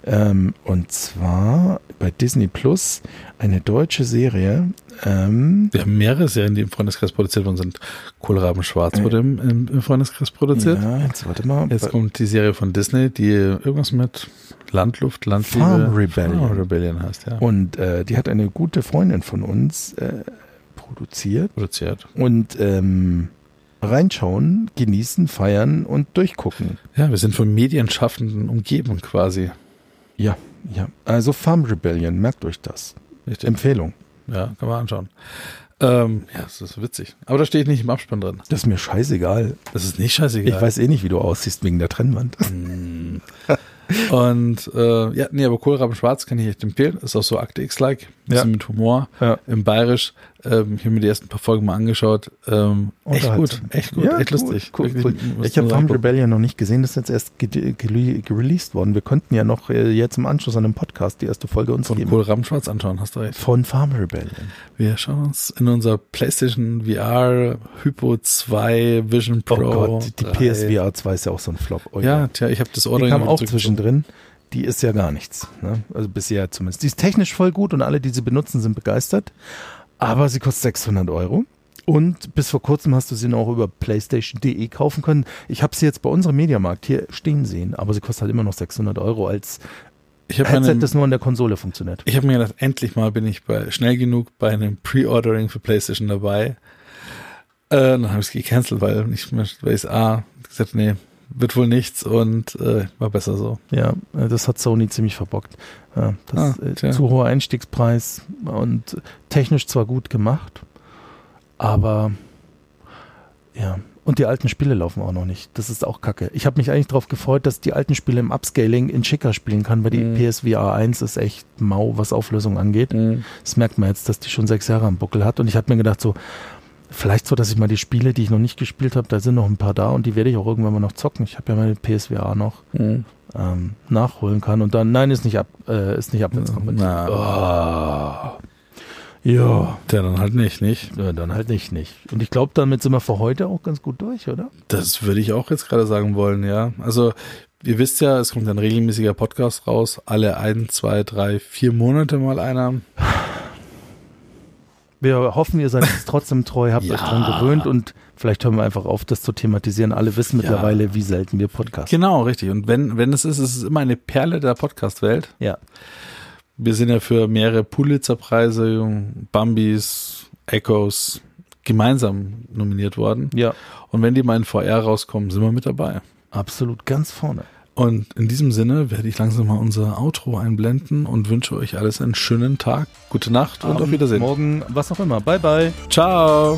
Ähm, und zwar bei Disney Plus eine deutsche Serie. Ähm, Wir haben mehrere Serien, die im Freundeskreis produziert worden sind. Kohlraben schwarz wurde im, im, im Freundeskreis produziert. ja, jetzt warte mal. Jetzt kommt die Serie von Disney, die irgendwas mit Landluft, Landliebe, Farm Rebellion. Farm Rebellion heißt, ja. und äh, die hat eine gute Freundin von uns äh, produziert. produziert. Und ähm, reinschauen, genießen, feiern und durchgucken. Ja, wir sind von Medienschaffenden umgeben quasi. Ja, ja. Also Farm Rebellion, merkt euch das. Richtig. Empfehlung. Ja, kann man anschauen. Ähm, ja, das ist witzig. Aber da stehe ich nicht im Abspann drin. Das ist mir scheißegal. Das ist nicht scheißegal. Ich weiß eh nicht, wie du aussiehst wegen der Trennwand. Und äh, ja, nee, aber Kohlraben Schwarz kann ich echt empfehlen. Ist auch so Akte X-like, bisschen Ja. mit Humor Ja. im Bayerisch. Ähm, ich habe mir die ersten paar Folgen mal angeschaut. Ähm, echt gut, Unterhaltsam. echt gut, halt Ja, echt cool, lustig. Cool, Wirklich, cool. muss Ich habe man Farm sagen, Rebellion noch nicht gesehen, das ist jetzt erst gede- gele- gereleased worden. Wir konnten ja noch äh, jetzt im Anschluss an den Podcast die erste Folge uns von geben. Kohlraben Schwarz anschauen, hast du recht. Von Farm Rebellion. Wir schauen uns in unser PlayStation VR Hypo 2 Vision Pro. Oh Gott, die 3. PSVR 2 ist ja auch so ein Flop. Oh Ja, tja, ich habe das Die Ordering kam auch zurückgezogen. zwischendrin. Die ist ja gar nichts. Ne? Also bisher zumindest. Die ist technisch voll gut und alle, die sie benutzen, sind begeistert. Aber sie kostet 600 Euro. Und bis vor kurzem hast du sie noch über PlayStation.de E kaufen können. Ich habe sie jetzt bei unserem Mediamarkt hier stehen sehen, aber sie kostet halt immer noch 600 Euro als Ich habe Headset, meine das nur an der Konsole funktioniert. Ich habe mir gedacht, endlich mal bin ich bei schnell genug bei einem Pre-Ordering für PlayStation dabei. Äh, dann habe ich es gecancelt, weil nicht mehr, weil ich A gesagt, nee, wird wohl nichts und äh, war besser so. Ja, äh, das hat Sony ziemlich verbockt. Ja, das Ah, äh, tja. zu hoher Einstiegspreis und technisch zwar gut gemacht, aber ja. Und die alten Spiele laufen auch noch nicht. Das ist auch kacke. Ich habe mich eigentlich darauf gefreut, dass ich die alten Spiele im Upscaling in schicker spielen kann, weil die Mhm. PSVR 1 ist echt mau, was Auflösung angeht. Mhm. Das merkt man jetzt, dass die schon sechs Jahre am Buckel hat. Und ich habe mir gedacht, so, vielleicht so, dass ich mal die Spiele, die ich noch nicht gespielt habe, da sind noch ein paar da und die werde ich auch irgendwann mal noch zocken. Ich habe ja meine PSVR noch ähm, nachholen kann und dann, nein, ist nicht ab, äh, ist nicht abwärtskompatibel. Na, Oh. Ja, Tja, dann halt nicht, nicht? ja, dann halt nicht, nicht. Und ich glaube, damit sind wir für heute auch ganz gut durch, oder? Das würde ich auch jetzt gerade sagen wollen, ja. Also, ihr wisst ja, es kommt ein regelmäßiger Podcast raus, alle ein, zwei, drei, vier Monate mal einer. Wir hoffen, ihr seid uns trotzdem treu, habt Ja. euch dran gewöhnt und vielleicht hören wir einfach auf, das zu thematisieren. Alle wissen mittlerweile, wie selten wir podcasten. Genau, richtig. Und wenn, wenn es ist, ist es immer eine Perle der Podcast-Welt. Ja. Wir sind ja für mehrere Pulitzer-Preise, Bambis, Echos gemeinsam nominiert worden. Ja, Und wenn die mal in VR rauskommen, sind wir mit dabei. absolut ganz vorne. Und in diesem Sinne werde ich langsam mal unser Outro einblenden und wünsche euch alles einen schönen Tag, gute Nacht und auf Abend, Wiedersehen. Morgen, was auch immer. Bye, bye. Ciao.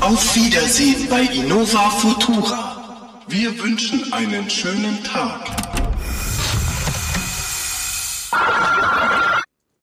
Auf Wiedersehen bei Innova Futura. Wir wünschen einen schönen Tag.